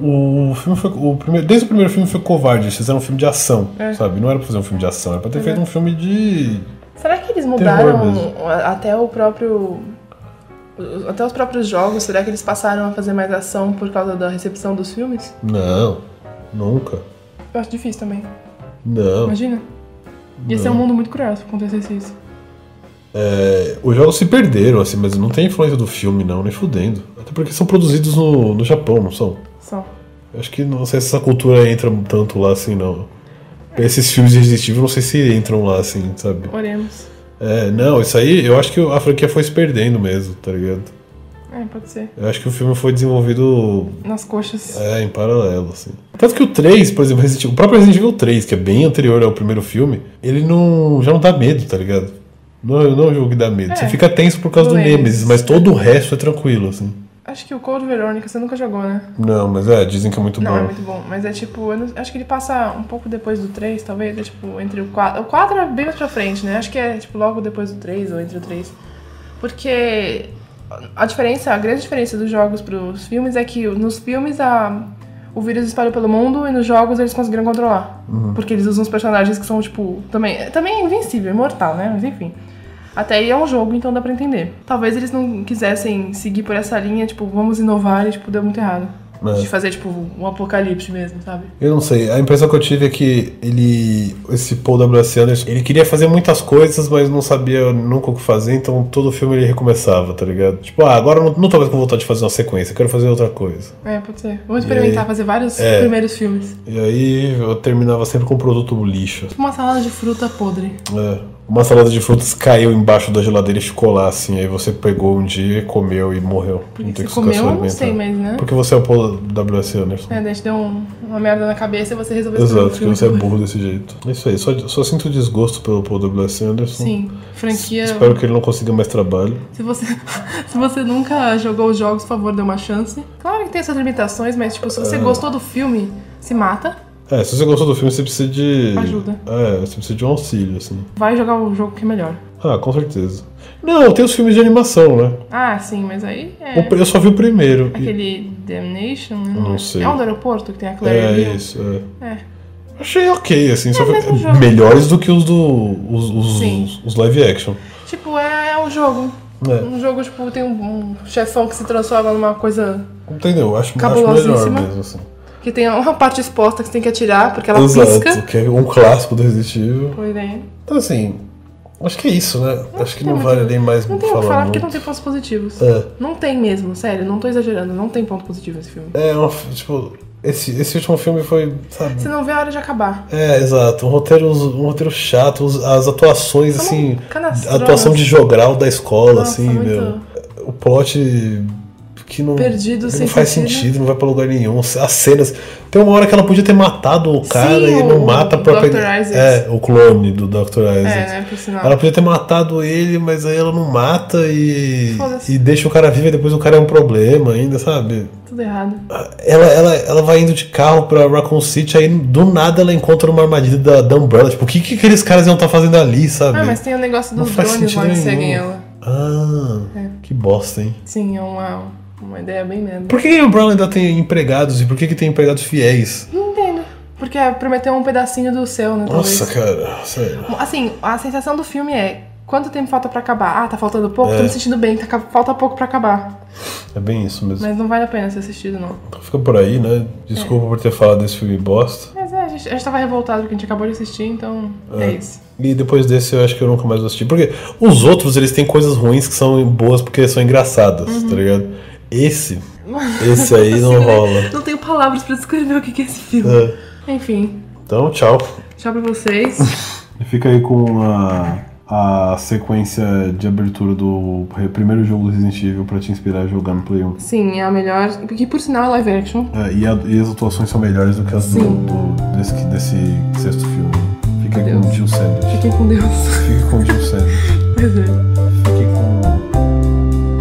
Speaker 2: o, o filme foi. O primeiro, desde o primeiro filme foi covarde, eles fizeram um filme de ação,
Speaker 1: É.
Speaker 2: sabe? Não era pra fazer um filme de ação, era pra ter feito um filme de.
Speaker 1: Será que eles
Speaker 2: mesmo.
Speaker 1: mudaram a- até o próprio. o- Até os próprios jogos, será que eles passaram a fazer mais ação por causa da recepção dos filmes?
Speaker 2: Não, nunca.
Speaker 1: Eu acho difícil também.
Speaker 2: Não.
Speaker 1: Imagina? Ia ser um
Speaker 2: Não.
Speaker 1: mundo muito cruel se acontecesse isso.
Speaker 2: É, os jogos se perderam, assim, mas não tem influência do filme, não, nem fudendo. Até porque são produzidos no, no Japão, não são?
Speaker 1: Só.
Speaker 2: Eu acho que não sei se essa cultura entra tanto lá assim, não. Esses filmes de Resident Evil, não sei se entram lá assim, sabe?
Speaker 1: Oremos.
Speaker 2: É, não, isso aí, eu acho que a franquia foi se perdendo mesmo, tá ligado?
Speaker 1: É, pode ser.
Speaker 2: Eu acho que o filme foi desenvolvido
Speaker 1: Nas coxas.
Speaker 2: é, em paralelo, assim. Tanto que o 3, por exemplo, Resident Evil- o próprio Resident Evil 3, que é bem anterior ao primeiro filme, ele não já não dá medo, tá ligado? Não, não é um jogo que dá medo.
Speaker 1: É.
Speaker 2: Você fica tenso por causa
Speaker 1: Doenças.
Speaker 2: do Nemesis, mas todo o resto é tranquilo, assim.
Speaker 1: Acho que o Code Verônica você nunca jogou, né?
Speaker 2: Não, mas é, dizem que é muito
Speaker 1: Não, é
Speaker 2: bom.
Speaker 1: muito bom. Mas é tipo, eu não- acho que ele passa um pouco depois do 3, talvez. É tipo, entre o 4. O 4 é bem mais pra frente, né? Acho que é tipo logo depois do 3 ou entre o 3. Porque a diferença, a grande diferença dos jogos pros filmes é que nos filmes a, o vírus espalhou pelo mundo e nos jogos eles conseguiram controlar.
Speaker 2: Uhum.
Speaker 1: Porque eles usam os personagens que são, tipo, também, também é invencível, imortal, né? Mas enfim. Até aí é um jogo, então dá pra entender. Talvez eles não quisessem seguir por essa linha, tipo, vamos inovar e, tipo, deu muito errado.
Speaker 2: É.
Speaker 1: De fazer, tipo, um apocalipse mesmo, sabe?
Speaker 2: Eu não sei, a impressão que eu tive é que ele, esse Paul W.S. Anderson, ele queria fazer muitas coisas, mas não sabia nunca o que fazer, então todo filme ele recomeçava, tá ligado? Tipo, ah, agora eu não, não tô mais com vontade de fazer uma sequência, eu quero fazer outra coisa.
Speaker 1: É, pode ser. Vamos experimentar,
Speaker 2: aí?
Speaker 1: fazer vários
Speaker 2: É.
Speaker 1: primeiros filmes.
Speaker 2: E aí eu terminava sempre com um produto lixo.
Speaker 1: Tipo, uma salada de fruta podre.
Speaker 2: É, uma salada de frutas caiu embaixo da geladeira e ficou lá, assim, aí você pegou um dia, comeu e morreu.
Speaker 1: Porque você
Speaker 2: tem que ficar se
Speaker 1: comeu, eu não
Speaker 2: alimentando.
Speaker 1: sei, mas, né?
Speaker 2: Porque você é o Paul W.S. Anderson.
Speaker 1: É, daí te deu um- uma merda na cabeça e você resolveu escrever um
Speaker 2: Exato, porque
Speaker 1: filme
Speaker 2: você é
Speaker 1: sobre-
Speaker 2: burro desse jeito. É Isso aí, só, só sinto desgosto pelo Paul W.S. Anderson.
Speaker 1: Sim, é franquia.
Speaker 2: é Espero que ele não consiga mais trabalho.
Speaker 1: Se você, se você nunca jogou os jogos, por favor, dê uma chance. Claro que tem suas limitações, mas tipo, se você gostou do filme, se mata.
Speaker 2: É, se você gostou do filme, você precisa de.
Speaker 1: Ajuda.
Speaker 2: É, você precisa de um auxílio, assim.
Speaker 1: Vai jogar o jogo que é melhor.
Speaker 2: Ah, com certeza. Não, tem os filmes de animação, né?
Speaker 1: Ah, sim, mas aí é
Speaker 2: O pr- Eu só vi o primeiro. E-
Speaker 1: aquele Damnation, né?
Speaker 2: Não sei.
Speaker 1: É um do aeroporto que tem a Claire
Speaker 2: É,
Speaker 1: Hill?
Speaker 2: isso, é.
Speaker 1: É.
Speaker 2: Achei ok, assim. só
Speaker 1: o
Speaker 2: foi-
Speaker 1: mesmo jogo.
Speaker 2: Melhores do que os do. os, os-
Speaker 1: Sim.
Speaker 2: os- os live action.
Speaker 1: Tipo, é, é um jogo.
Speaker 2: É.
Speaker 1: Um jogo, tipo, tem um, um chefão que se transforma numa coisa
Speaker 2: Entendeu? Acho, acho melhor
Speaker 1: Cabulosíssima.
Speaker 2: mesmo, assim.
Speaker 1: que tem uma parte exposta que você tem que atirar porque ela pisca.
Speaker 2: que é um clássico do Resident Evil.
Speaker 1: Pois é. bem.
Speaker 2: Então, assim. Acho que é isso, né? acho que
Speaker 1: tem
Speaker 2: não
Speaker 1: muito-
Speaker 2: vale nem mais
Speaker 1: Não tem o
Speaker 2: falar.
Speaker 1: que falar porque
Speaker 2: muito.
Speaker 1: não tem pontos positivos.
Speaker 2: É.
Speaker 1: Não tem mesmo, sério, não tô exagerando, não tem ponto positivo nesse filme.
Speaker 2: É, um, tipo, esse, esse último filme foi, sabe?
Speaker 1: Você não vê a hora de acabar.
Speaker 2: É, exato. Um roteiro, um roteiro chato, os- as atuações,
Speaker 1: São
Speaker 2: assim.
Speaker 1: canastronas.
Speaker 2: A atuação de jogral da escola,
Speaker 1: Nossa,
Speaker 2: assim,
Speaker 1: muito.
Speaker 2: meu. O plot que não,
Speaker 1: Perdido
Speaker 2: não
Speaker 1: sem
Speaker 2: faz
Speaker 1: sentido.
Speaker 2: sentido. não vai pra lugar nenhum. As cenas. Tem uma hora que ela podia ter matado o cara
Speaker 1: Sim,
Speaker 2: e ele não
Speaker 1: o
Speaker 2: mata
Speaker 1: Dr.
Speaker 2: pra
Speaker 1: Isaacs.
Speaker 2: É, o clone do Dr.
Speaker 1: É,
Speaker 2: Isaacs.
Speaker 1: né, por sinal.
Speaker 2: Ela podia ter matado ele, mas aí ela não mata e,
Speaker 1: Foda-se.
Speaker 2: e deixa o cara vivo e depois o cara é um problema ainda, sabe?
Speaker 1: Tudo errado.
Speaker 2: Ela, ela, ela vai indo de carro pra Raccoon City, aí do nada ela encontra uma armadilha da, da Umbrella. Tipo, o que, que aqueles caras iam estar fazendo ali, sabe?
Speaker 1: Ah, mas tem o negócio
Speaker 2: Não
Speaker 1: dos
Speaker 2: faz
Speaker 1: drones lá que
Speaker 2: sentido
Speaker 1: seguem
Speaker 2: nenhum.
Speaker 1: ela.
Speaker 2: Ah,
Speaker 1: É.
Speaker 2: que bosta, hein?
Speaker 1: Sim, é uma, uma ideia bem merda.
Speaker 2: Por que a Umbrella ainda tem empregados e por que, que tem empregados fiéis?
Speaker 1: Não entendo. Porque prometeu um pedacinho do céu, né? talvez.
Speaker 2: Nossa, cara, sério.
Speaker 1: Assim, a sensação do filme é quanto tempo falta pra acabar? Ah, tá faltando pouco? Tô me sentindo bem, tá, ca- falta pouco pra acabar.
Speaker 2: É bem isso mesmo.
Speaker 1: Mas É. não vale a pena ser assistido, não.
Speaker 2: Fica por aí, né? Desculpa por ter falado desse filme bosta.
Speaker 1: Mas é, a gente, a gente tava revoltado porque a gente acabou de assistir, então é, isso.
Speaker 2: E depois desse eu acho que eu nunca mais vou assistir. Porque os outros, eles têm coisas ruins que são boas porque são engraçadas,
Speaker 1: Uhum.
Speaker 2: tá ligado? Esse, esse aí não
Speaker 1: Assim, né?
Speaker 2: rola.
Speaker 1: Não tenho palavras pra descrever o que que é esse filme.
Speaker 2: É.
Speaker 1: Enfim,
Speaker 2: Então, tchau.
Speaker 1: tchau pra vocês.
Speaker 3: E fica aí com a, a sequência de abertura do re- primeiro jogo do Resident Evil pra te inspirar a jogar no Play 1.
Speaker 1: Sim, é a melhor. Que por sinal é live action.
Speaker 3: É, e, a- e as atuações são melhores do que as do,
Speaker 1: Sim.
Speaker 3: do- desse, desse sexto filme. Fica aí com o
Speaker 1: Deus.
Speaker 3: Jill Savage.
Speaker 1: Fiquem com Deus.
Speaker 3: Fica com o Jill Savage.
Speaker 1: Pois é.
Speaker 3: Fica com...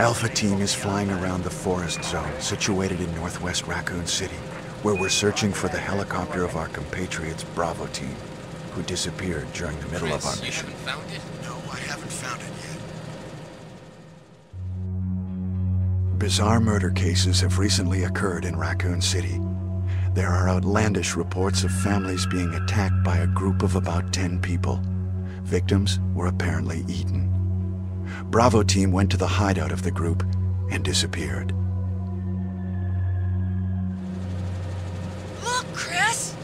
Speaker 4: Alpha Team is flying around the forest zone situated in northwest Raccoon City, where we're searching for the helicopter of our compatriots Bravo Team, who disappeared during the middle of our
Speaker 5: you
Speaker 4: mission.
Speaker 5: haven't found it?
Speaker 4: No, I haven't found it yet. Bizarre murder cases have recently occurred in Raccoon City. There are outlandish reports of families being attacked by a group of about 10 people. Victims were apparently eaten. Bravo team went to the hideout of the group and disappeared.
Speaker 6: Look, Chris!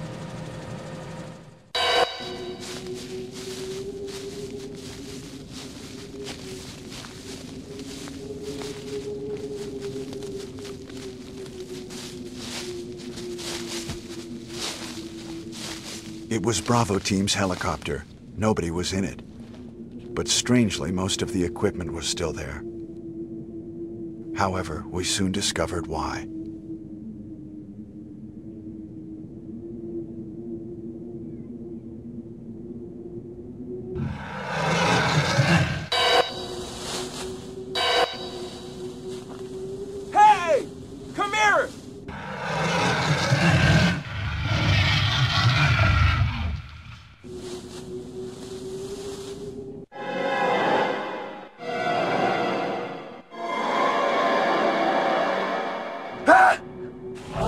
Speaker 4: It was Bravo team's helicopter. Nobody was in it. But strangely, most of the equipment was still there. However, we soon discovered why.
Speaker 7: Hey! Come here! Hey!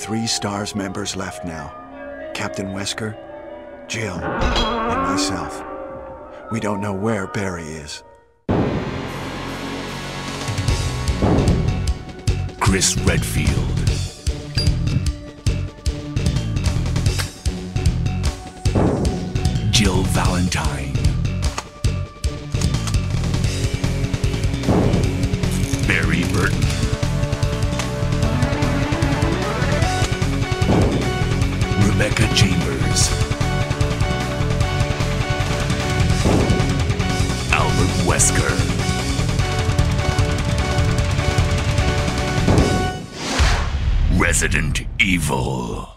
Speaker 4: three STARS members left now Captain Wesker, Jill, and myself. We don't know where Barry is.
Speaker 8: Chris Redfield. Jill Valentine. Barry Burton. Rebecca Chambers. Albert Wesker. Resident Evil.